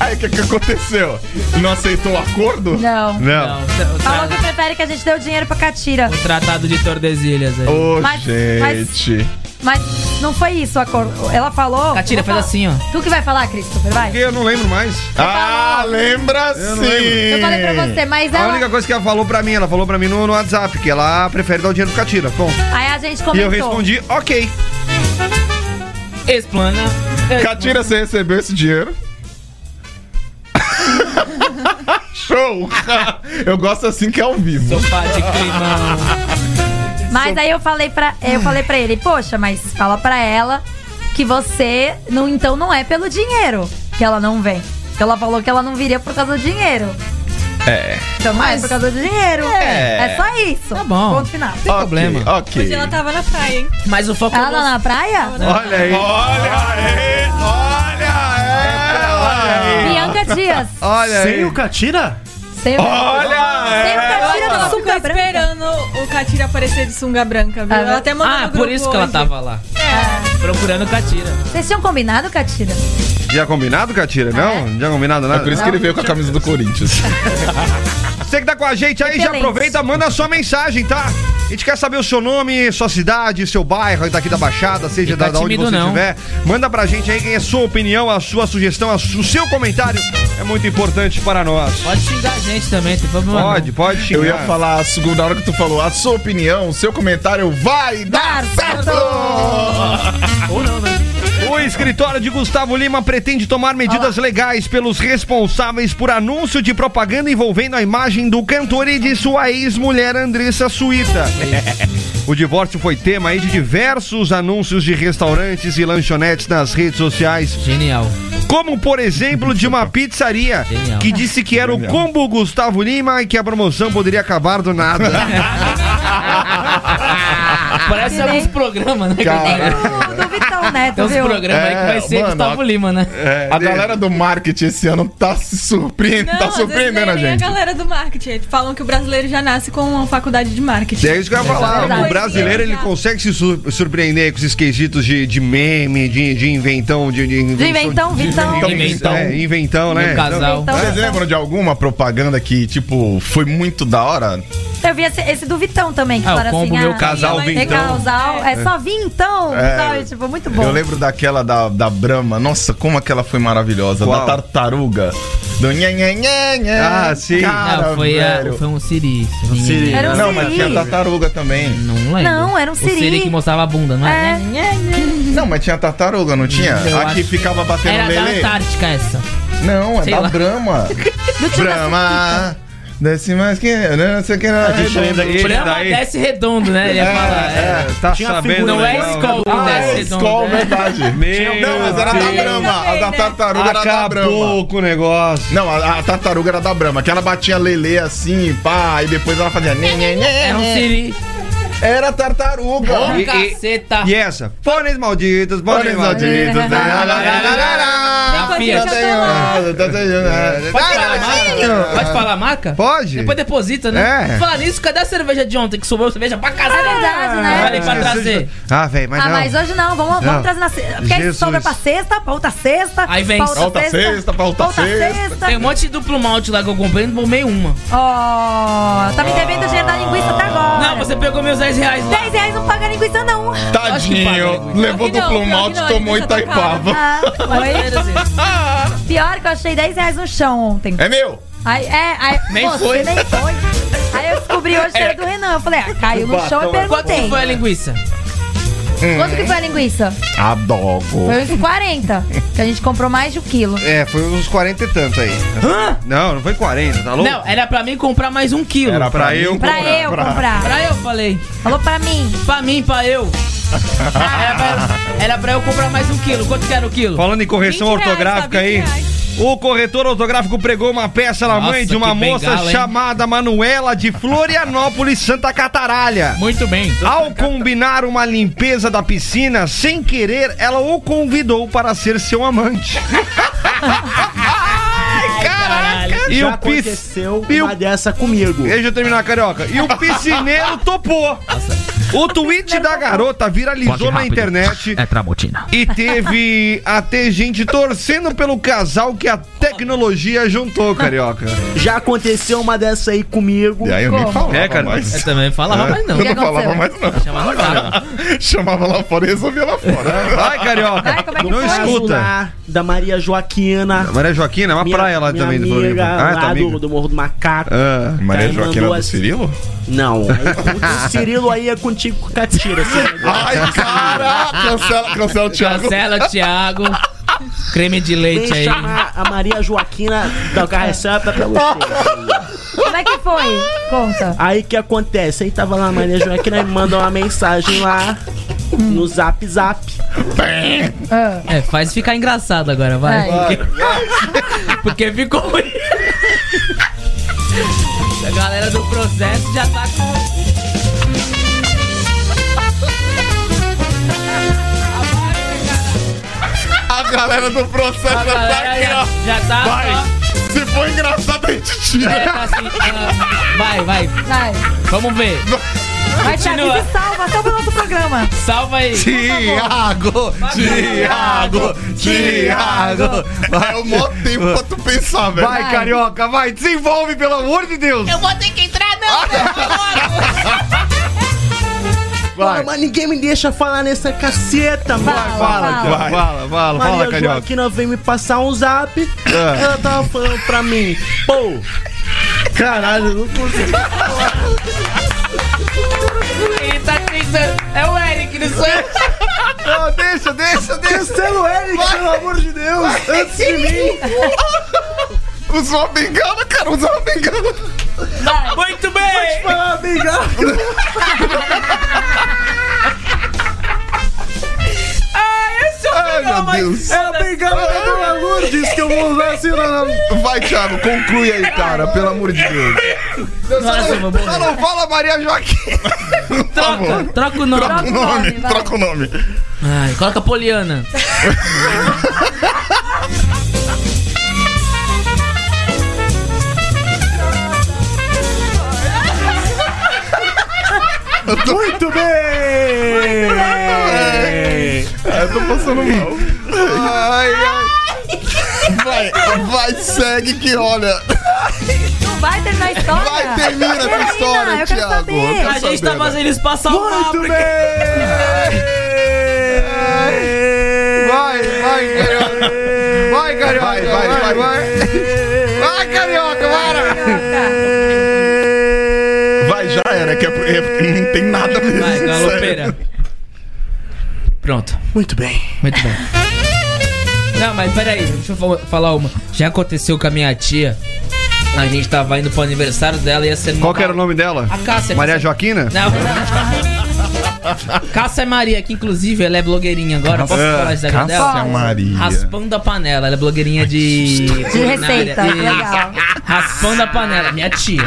[SPEAKER 7] Aí o que, que aconteceu? Não aceitou o acordo?
[SPEAKER 4] não.
[SPEAKER 6] Não.
[SPEAKER 2] Não, o,
[SPEAKER 4] Falou que
[SPEAKER 2] tra-
[SPEAKER 4] prefere que a gente dê o dinheiro pra Catira.
[SPEAKER 2] o tratado de Tordesilhas aí.
[SPEAKER 7] Ô,
[SPEAKER 4] Mas-
[SPEAKER 7] gente.
[SPEAKER 4] Mas não foi isso o acordo. Ela falou.
[SPEAKER 2] Catira,
[SPEAKER 4] Vou
[SPEAKER 2] faz
[SPEAKER 4] falar.
[SPEAKER 2] assim, ó.
[SPEAKER 4] Tu que vai falar, Christopher, vai.
[SPEAKER 6] Porque eu não lembro mais.
[SPEAKER 7] Ah, lembra
[SPEAKER 6] Eu
[SPEAKER 7] sim.
[SPEAKER 6] não lembro.
[SPEAKER 4] Eu falei pra você, mas
[SPEAKER 6] A
[SPEAKER 4] ela.
[SPEAKER 6] única coisa que ela falou pra mim, ela falou pra mim no, no WhatsApp, que ela prefere dar o dinheiro pro Catira. Bom,
[SPEAKER 4] Aí a gente
[SPEAKER 6] e
[SPEAKER 4] comentou.
[SPEAKER 6] eu respondi, ok.
[SPEAKER 2] Explana.
[SPEAKER 7] Catira, você recebeu esse dinheiro? Show! Eu gosto assim que é ao vivo.
[SPEAKER 2] Sofá de climão.
[SPEAKER 4] Mas aí eu falei pra, eu falei pra ele, poxa, mas fala pra ela que você não, então não é pelo dinheiro que ela não vem. Que ela falou que ela não viria por causa do dinheiro. É. Então, mas é por causa do dinheiro. É. É só isso.
[SPEAKER 2] Tá bom.
[SPEAKER 4] Ponto final.
[SPEAKER 2] Tem problema.
[SPEAKER 7] Ok.
[SPEAKER 9] Hoje ela
[SPEAKER 4] tá
[SPEAKER 9] tava na praia, hein?
[SPEAKER 2] Mas o foco é o
[SPEAKER 4] Ela tá
[SPEAKER 2] Luan-
[SPEAKER 4] na praia?
[SPEAKER 6] Olha aí.
[SPEAKER 7] Olha aí! É, Olha ela!
[SPEAKER 4] Bianca Dias.
[SPEAKER 6] Olha aí.
[SPEAKER 8] Sem o Catira?
[SPEAKER 4] Sem
[SPEAKER 6] Oh!
[SPEAKER 7] Olha é.
[SPEAKER 4] Sem o Catira
[SPEAKER 9] Ela
[SPEAKER 4] da
[SPEAKER 9] ficou
[SPEAKER 4] sunga branca.
[SPEAKER 9] esperando o Catira aparecer de sunga branca, viu?
[SPEAKER 4] Ah,
[SPEAKER 9] Ela até mandou
[SPEAKER 2] Ah,
[SPEAKER 9] no grupo
[SPEAKER 2] por isso que ela
[SPEAKER 9] hoje.
[SPEAKER 2] tava lá.
[SPEAKER 9] É.
[SPEAKER 2] Procurando Catira.
[SPEAKER 4] Vocês tinham combinado, Catira?
[SPEAKER 6] Já combinado,
[SPEAKER 4] É.
[SPEAKER 6] Catira? Não? Já combinado
[SPEAKER 7] É
[SPEAKER 6] nada?
[SPEAKER 7] por isso que ele veio com a camisa do Corinthians.
[SPEAKER 6] Você que tá com a gente aí, já
[SPEAKER 4] Excelente.
[SPEAKER 6] aproveita, manda a sua mensagem, tá? A gente quer saber o seu nome, sua cidade, seu bairro, daqui da Baixada, seja
[SPEAKER 2] E tá
[SPEAKER 6] da, da onde
[SPEAKER 2] tímido,
[SPEAKER 6] você
[SPEAKER 2] não.
[SPEAKER 6] estiver. Manda pra gente aí quem é a sua opinião, a sua sugestão, a su- o seu comentário. É muito importante para nós.
[SPEAKER 2] Pode xingar a gente também, tem problema. não.
[SPEAKER 6] Pode, pode xingar.
[SPEAKER 7] Eu ia falar, a segunda hora que tu falou, a sua opinião, o seu comentário vai dar certo!
[SPEAKER 6] O escritório de Gustavo Lima pretende tomar medidas legais pelos responsáveis por anúncio de propaganda envolvendo a imagem do cantor e de sua ex-mulher Andressa Suíta. O divórcio foi tema aí de diversos anúncios de restaurantes e lanchonetes nas redes sociais,
[SPEAKER 2] Genial.
[SPEAKER 6] como por exemplo de uma pizzaria
[SPEAKER 2] Genial.
[SPEAKER 6] que disse que era o combo Gustavo Lima e que a promoção poderia acabar do nada.
[SPEAKER 2] Parece
[SPEAKER 4] Virei.
[SPEAKER 2] alguns programas, né?
[SPEAKER 7] Cara,
[SPEAKER 4] O do Vitão, né?
[SPEAKER 2] Tem
[SPEAKER 4] Tu
[SPEAKER 2] uns
[SPEAKER 4] viu?
[SPEAKER 2] programas aí que vai
[SPEAKER 7] É,
[SPEAKER 2] ser
[SPEAKER 7] mano,
[SPEAKER 2] Gustavo
[SPEAKER 7] a-
[SPEAKER 2] Lima, né?
[SPEAKER 7] É, a galera do marketing esse ano tá se surpreendendo, tá
[SPEAKER 9] às vezes é
[SPEAKER 7] surpreendendo
[SPEAKER 9] nem-
[SPEAKER 7] a
[SPEAKER 9] nem
[SPEAKER 7] gente.
[SPEAKER 9] a galera do marketing. Falam que o brasileiro já nasce com uma faculdade de marketing.
[SPEAKER 6] É isso que eu ia falar.
[SPEAKER 9] Verdade.
[SPEAKER 6] O brasileiro ele consegue se sur- surpreender com esses quesitos de, de meme, de, de inventão, de, de
[SPEAKER 4] De
[SPEAKER 6] invenção.
[SPEAKER 4] inventão, um Vitão.
[SPEAKER 2] um
[SPEAKER 7] Inventão.
[SPEAKER 2] Inventão.
[SPEAKER 6] É, inventão, né?
[SPEAKER 2] Meu um casal.
[SPEAKER 4] Inventão.
[SPEAKER 7] Então, Vocês lembram de alguma propaganda que, tipo, foi muito da hora?
[SPEAKER 4] Eu vi esse, esse do Vitão também, que
[SPEAKER 2] Ah, o
[SPEAKER 4] falaram
[SPEAKER 2] combo
[SPEAKER 4] assim.
[SPEAKER 2] meu
[SPEAKER 4] ah,
[SPEAKER 6] casal
[SPEAKER 4] é
[SPEAKER 6] Vintão.
[SPEAKER 4] casal, é só Vintão.
[SPEAKER 7] É.
[SPEAKER 4] sabe? Tipo, muito bom.
[SPEAKER 7] Eu lembro daquela da, da Brahma. Nossa, como aquela foi maravilhosa.
[SPEAKER 6] Qual?
[SPEAKER 7] Da tartaruga. Do nha, nha, nha, nha.
[SPEAKER 6] Ah, sim.
[SPEAKER 7] Cara,
[SPEAKER 2] não, foi, a,
[SPEAKER 7] velho.
[SPEAKER 2] foi um Siri.
[SPEAKER 7] Siri.
[SPEAKER 4] Era um
[SPEAKER 7] não,
[SPEAKER 4] Siri.
[SPEAKER 7] mas tinha a tartaruga também.
[SPEAKER 2] Não lembro.
[SPEAKER 4] Não, era um
[SPEAKER 2] O
[SPEAKER 4] Siri
[SPEAKER 2] Siri que mostrava a bunda, não
[SPEAKER 4] É.
[SPEAKER 2] é?
[SPEAKER 7] Não, mas tinha a tartaruga, não tinha?
[SPEAKER 2] Eu
[SPEAKER 7] a que
[SPEAKER 2] acho.
[SPEAKER 7] ficava batendo
[SPEAKER 2] Era da
[SPEAKER 7] lele.
[SPEAKER 2] Antártica essa.
[SPEAKER 7] Não, é
[SPEAKER 2] Sei
[SPEAKER 7] da
[SPEAKER 2] lá.
[SPEAKER 7] Brahma. Brahma. Desce mais que. né, Não sei o que. Não,
[SPEAKER 8] gente lembra que
[SPEAKER 6] Ele
[SPEAKER 2] O programa
[SPEAKER 6] daí-
[SPEAKER 2] desce redondo, né? Ele ia falar. É,
[SPEAKER 6] tá
[SPEAKER 8] Tinha a
[SPEAKER 6] sabendo.
[SPEAKER 8] figura-
[SPEAKER 2] Não é
[SPEAKER 6] né?
[SPEAKER 2] Skol que
[SPEAKER 7] Ah, é,
[SPEAKER 2] desce redondo.
[SPEAKER 7] Skol,
[SPEAKER 2] né?
[SPEAKER 7] verdade.
[SPEAKER 6] Meu
[SPEAKER 7] Não, mas era da
[SPEAKER 6] Deus.
[SPEAKER 7] Brahma. A da tartaruga era da Brahma.
[SPEAKER 6] Acabou com o negócio.
[SPEAKER 7] Não, a, a tartaruga era da Brahma, que ela batia lelê assim, pá, e depois ela fazia. Nê, nê, nê,
[SPEAKER 2] Era um
[SPEAKER 7] nê.
[SPEAKER 2] Siri.
[SPEAKER 7] Era tartaruga.
[SPEAKER 2] Ô,
[SPEAKER 6] e-
[SPEAKER 2] caceta.
[SPEAKER 6] E é essa? Fones malditos, fones
[SPEAKER 7] Olha os
[SPEAKER 6] malditos.
[SPEAKER 7] malditos. Lá, lá, lá, lá, lá, lá.
[SPEAKER 2] Da
[SPEAKER 9] Enquanto
[SPEAKER 2] Fiat.
[SPEAKER 9] eu tô lá.
[SPEAKER 7] Tá desenhando.
[SPEAKER 2] Pode falar a marca? Pode falar a marca?
[SPEAKER 6] Pode?
[SPEAKER 2] Depois deposita, né?
[SPEAKER 6] É.
[SPEAKER 2] Falar nisso, cadê a cerveja de ontem que sobrou cerveja pra casa?
[SPEAKER 4] É verdade, né?
[SPEAKER 2] Falei pra trazer.
[SPEAKER 6] Ah, velho, mas
[SPEAKER 4] ah,
[SPEAKER 6] não.
[SPEAKER 4] mas hoje não, vamos, vamos
[SPEAKER 6] Não.
[SPEAKER 4] trazer na sexta. Porque
[SPEAKER 6] Jesus.
[SPEAKER 4] sobra pra sexta, pra outra sexta.
[SPEAKER 2] Aí vem.
[SPEAKER 4] pra outra
[SPEAKER 7] Volta sexta, pra outra
[SPEAKER 4] outra
[SPEAKER 7] sexta.
[SPEAKER 4] tá.
[SPEAKER 2] Tem um monte de duplo malte lá que eu comprei e não tomei uma.
[SPEAKER 4] Ó, tá me devendo o dinheiro da linguiça até agora.
[SPEAKER 2] Não, você pegou meus 10 reais lá.
[SPEAKER 4] 10 reais não paga linguiça, não.
[SPEAKER 2] Acho que
[SPEAKER 7] Tadinho.
[SPEAKER 2] paga.
[SPEAKER 7] Levou
[SPEAKER 9] Pior que
[SPEAKER 7] duplo
[SPEAKER 9] não,
[SPEAKER 7] malte,
[SPEAKER 9] pior que não,
[SPEAKER 7] tomou
[SPEAKER 9] ele tá
[SPEAKER 7] Itaipava.
[SPEAKER 4] Ah, foi. Pior que eu achei 10 reais no chão ontem.
[SPEAKER 7] É meu.
[SPEAKER 4] Aí, é, aí,
[SPEAKER 2] Nem
[SPEAKER 4] você
[SPEAKER 2] foi.
[SPEAKER 4] nem foi. Aí eu descobri hoje que era do Renan. Eu falei, ah, caiu no chão e
[SPEAKER 2] Quanto
[SPEAKER 4] perguntei.
[SPEAKER 2] que foi a linguiça?
[SPEAKER 4] Quanto que foi a linguiça?
[SPEAKER 7] Adoro.
[SPEAKER 4] Foi uns 40. Que a gente comprou mais de um quilo.
[SPEAKER 6] É, foi uns 40 e tanto aí.
[SPEAKER 2] Hã?
[SPEAKER 6] Não, não foi 40, tá louco?
[SPEAKER 2] Não, é era pra mim comprar mais um quilo.
[SPEAKER 7] Era
[SPEAKER 6] pra eu.
[SPEAKER 4] Pra eu comprar.
[SPEAKER 2] Pra eu, falei.
[SPEAKER 4] Falou pra mim.
[SPEAKER 2] Pra mim, pra eu. Era pra, era pra eu comprar mais um quilo. Quanto que era o quilo?
[SPEAKER 6] Falando em correção
[SPEAKER 9] 20 reais,
[SPEAKER 6] ortográfica
[SPEAKER 9] tá? 20
[SPEAKER 6] aí.
[SPEAKER 9] reais.
[SPEAKER 6] O corretor ortográfico pregou uma peça na
[SPEAKER 2] Nossa,
[SPEAKER 6] mãe de uma
[SPEAKER 2] que
[SPEAKER 6] moça
[SPEAKER 2] bengala, hein?
[SPEAKER 6] chamada Manuela de Florianópolis, Santa Cataralha.
[SPEAKER 2] Muito bem.
[SPEAKER 6] Ao combinar uma limpeza da piscina, sem querer, ela o convidou para ser seu amante.
[SPEAKER 2] Caralho.
[SPEAKER 6] E
[SPEAKER 8] Já
[SPEAKER 6] o pis...
[SPEAKER 8] aconteceu
[SPEAKER 6] e o-
[SPEAKER 8] uma dessa comigo.
[SPEAKER 6] Deixa eu terminar, carioca. E o piscineiro topou. O tweet da garota viralizou na internet
[SPEAKER 2] É trabotina.
[SPEAKER 6] e teve até gente torcendo pelo casal que a tecnologia juntou, carioca.
[SPEAKER 8] Já aconteceu uma dessa aí comigo.
[SPEAKER 7] E aí eu nem
[SPEAKER 4] Como?
[SPEAKER 7] falava
[SPEAKER 6] É, cara,
[SPEAKER 7] mais.
[SPEAKER 2] Eu também falava, mas não.
[SPEAKER 7] Eu não
[SPEAKER 4] aconteceu?
[SPEAKER 7] falava mais, não.
[SPEAKER 2] Chamava nada.
[SPEAKER 7] Chamava lá fora e resolvia lá fora.
[SPEAKER 6] Vai, carioca.
[SPEAKER 4] Vai, como é que
[SPEAKER 6] não
[SPEAKER 4] foi?
[SPEAKER 6] escuta.
[SPEAKER 8] Lá Da Maria Joaquina.
[SPEAKER 6] Maria Joaquina é uma praia lá também do
[SPEAKER 8] minha
[SPEAKER 6] Floripa.
[SPEAKER 8] amiga
[SPEAKER 6] Ah, tá
[SPEAKER 8] lá
[SPEAKER 6] amiga.
[SPEAKER 8] do, do Morro do Macaco.
[SPEAKER 6] Ah.
[SPEAKER 7] Maria
[SPEAKER 2] Tá,
[SPEAKER 8] Aí
[SPEAKER 7] Joaquina
[SPEAKER 8] mandou
[SPEAKER 7] do
[SPEAKER 8] assim-
[SPEAKER 7] Cirilo?
[SPEAKER 8] Não, aí, o Cirilo aí é contigo com catira. assim, né?
[SPEAKER 7] Ai, cara! Cancela, cancela o Thiago.
[SPEAKER 2] Marcela, Thiago. Creme de leite
[SPEAKER 8] Vem
[SPEAKER 2] aí.
[SPEAKER 8] chamar a Maria Joaquina da Carreçada pra você.
[SPEAKER 4] Como é que foi? Conta.
[SPEAKER 8] Aí que acontece? Aí tava lá a Maria Joaquina me mandou uma mensagem lá no zap zap.
[SPEAKER 4] Ah.
[SPEAKER 2] É, faz ficar engraçado agora, vai. Porque, porque ficou ruim. A galera do processo já tá com.
[SPEAKER 7] A galera do processo
[SPEAKER 2] A
[SPEAKER 7] tá
[SPEAKER 2] galera
[SPEAKER 7] aqui,
[SPEAKER 2] já,
[SPEAKER 7] ó.
[SPEAKER 2] já tá.
[SPEAKER 7] Vai.
[SPEAKER 2] só-
[SPEAKER 7] Se for engraçado, a gente
[SPEAKER 2] É,
[SPEAKER 7] tira.
[SPEAKER 2] tá assim, ah, vai, vai.
[SPEAKER 4] Vai.
[SPEAKER 2] Vamos ver.
[SPEAKER 4] Vai, Thiago,
[SPEAKER 2] Continua.
[SPEAKER 4] se salva, salva o nosso programa.
[SPEAKER 2] Salva aí.
[SPEAKER 10] Tiago, Tiago, Tiago.
[SPEAKER 7] É o maior tempo pra tu pensar, velho.
[SPEAKER 10] Vai, carioca, vai, desenvolve, pelo amor de Deus.
[SPEAKER 2] Eu vou ter que entrar, não,
[SPEAKER 10] Vai,
[SPEAKER 8] Mano, mas ninguém me deixa falar nessa caceta, mano.
[SPEAKER 10] fala, Tiago,
[SPEAKER 6] vai.
[SPEAKER 10] fala, fala, fala,
[SPEAKER 8] Maria
[SPEAKER 10] carioca.
[SPEAKER 8] Joaquina veio me passar um zap. Ela tava falando pra mim, pô. Caralho, eu não consigo.
[SPEAKER 2] Ele tá tentando. É o Eric, não sou eu.
[SPEAKER 10] Ah, Deixa, deixa, deixa.
[SPEAKER 8] Cancela é o Eric, pelo amor de Deus. Antes de mim.
[SPEAKER 7] Usou uma bengala, cara, usou uma bengala.
[SPEAKER 2] Muito bem.
[SPEAKER 8] Ah, obrigado.
[SPEAKER 7] Ai, meu Deus.
[SPEAKER 8] É a bengala da Dona Lourdes que eu vou usar assim na...
[SPEAKER 7] Vai, Thiago, conclui aí, cara, pelo amor de Deus. Ah,
[SPEAKER 2] Nossa, eu vou
[SPEAKER 6] Só
[SPEAKER 2] morrer.
[SPEAKER 6] não fala Maria Joaquim.
[SPEAKER 2] Troca, troca o nome.
[SPEAKER 7] Troca o nome, troca o nome.
[SPEAKER 2] Ai, coloca Poliana.
[SPEAKER 10] Muito
[SPEAKER 7] é.
[SPEAKER 10] bem.
[SPEAKER 7] Eu tô passando mal. Ai, ai. Vai, vai, segue que olha.
[SPEAKER 4] Vai terminar a história?
[SPEAKER 7] Vai, termina essa
[SPEAKER 4] Ah, Termina,
[SPEAKER 7] história,
[SPEAKER 4] eu quero
[SPEAKER 7] Thiago.
[SPEAKER 4] saber.
[SPEAKER 7] Eu quero
[SPEAKER 2] A gente tá
[SPEAKER 7] saber, né?
[SPEAKER 2] fazendo isso pra salvar.
[SPEAKER 10] Muito
[SPEAKER 2] porque-
[SPEAKER 10] bem.
[SPEAKER 6] Vai, vai, carioca. Vai, carioca.
[SPEAKER 7] Vai, vai, vai, vai.
[SPEAKER 6] Vai, carioca, para.
[SPEAKER 7] Vai, já era, que é, é, não tem nada mesmo.
[SPEAKER 2] Vai,
[SPEAKER 7] sério.
[SPEAKER 2] galopeira. Pronto.
[SPEAKER 8] Muito bem.
[SPEAKER 2] Muito bem. Não, mas peraí, deixa eu fa- falar uma. Já aconteceu com a minha tia. A gente tava indo pro aniversário dela e ia ser.
[SPEAKER 6] Qual que era o nome dela?
[SPEAKER 2] A Cássia.
[SPEAKER 6] Maria
[SPEAKER 2] Cássia-
[SPEAKER 6] Joaquina?
[SPEAKER 2] Não. Cássia é Maria, que inclusive ela é blogueirinha agora. Posso falar isso da vida dela?
[SPEAKER 7] Cássia é Maria.
[SPEAKER 2] Raspando a panela. Ela é blogueirinha de.
[SPEAKER 4] De receita,
[SPEAKER 2] Isso.
[SPEAKER 4] legal.
[SPEAKER 2] Raspando a panela. Minha tia.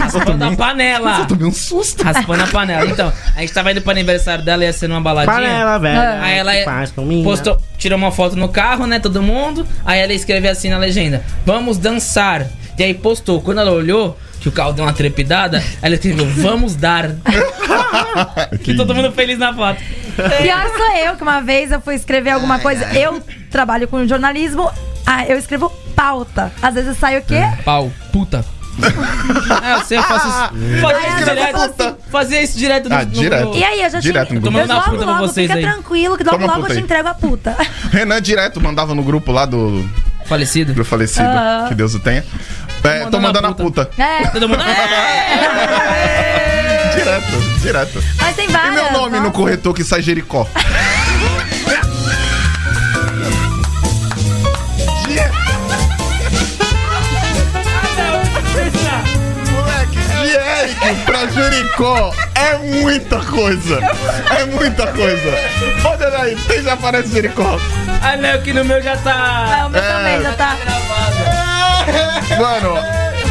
[SPEAKER 2] Raspando a panela.
[SPEAKER 7] Tomei um susto.
[SPEAKER 2] Raspando a panela. Então, a gente tava indo pro aniversário dela, ia ser numa baladinha.
[SPEAKER 8] Panela, velho.
[SPEAKER 4] Ah.
[SPEAKER 2] Aí ela é
[SPEAKER 8] Faz pra mim,
[SPEAKER 2] postou, tirou uma foto no carro, né? Todo mundo. Aí ela escreveu assim na legenda: Vamos dançar. E aí postou. Quando ela olhou, que o carro deu uma trepidada, ela escreveu: Vamos dar. e todo mundo feliz na foto.
[SPEAKER 4] Pior sou eu, que uma vez eu fui escrever alguma coisa. Eu trabalho com jornalismo, ah, eu escrevo pauta. Às vezes sai o quê?
[SPEAKER 2] Pau, puta. é, eu sei, eu faço isso. Fazia isso direto. Fazia isso direto no,
[SPEAKER 7] Ah, direto.
[SPEAKER 4] E aí, eu já
[SPEAKER 7] Direto
[SPEAKER 4] tinha.
[SPEAKER 7] no
[SPEAKER 4] Eu
[SPEAKER 7] grupo.
[SPEAKER 2] Tomando na
[SPEAKER 4] logo,
[SPEAKER 2] puta pra
[SPEAKER 4] logo,
[SPEAKER 2] vocês
[SPEAKER 4] fica
[SPEAKER 2] aí.
[SPEAKER 4] tranquilo, que logo,
[SPEAKER 7] Toma a
[SPEAKER 4] logo eu
[SPEAKER 7] puta
[SPEAKER 4] te
[SPEAKER 7] aí.
[SPEAKER 4] entrego a puta.
[SPEAKER 7] Renan direto mandava no grupo lá do,
[SPEAKER 2] Falecido.
[SPEAKER 7] do falecido,
[SPEAKER 4] Ah.
[SPEAKER 7] que Deus o tenha. É, tô mandando a puta.
[SPEAKER 4] É,
[SPEAKER 2] Todo mundo. "Ah,
[SPEAKER 7] Direto, direto.
[SPEAKER 4] mas tem
[SPEAKER 7] E
[SPEAKER 4] várias.
[SPEAKER 7] meu nome
[SPEAKER 4] não?
[SPEAKER 7] no corretor que sai Jericó. Eric pra Jericó é muita coisa. É muita coisa. Olha aí, tem já aparece Jericó.
[SPEAKER 2] ah, não, que no meu já tá.
[SPEAKER 4] É, o meu também já tá.
[SPEAKER 2] gravado.
[SPEAKER 7] Mano,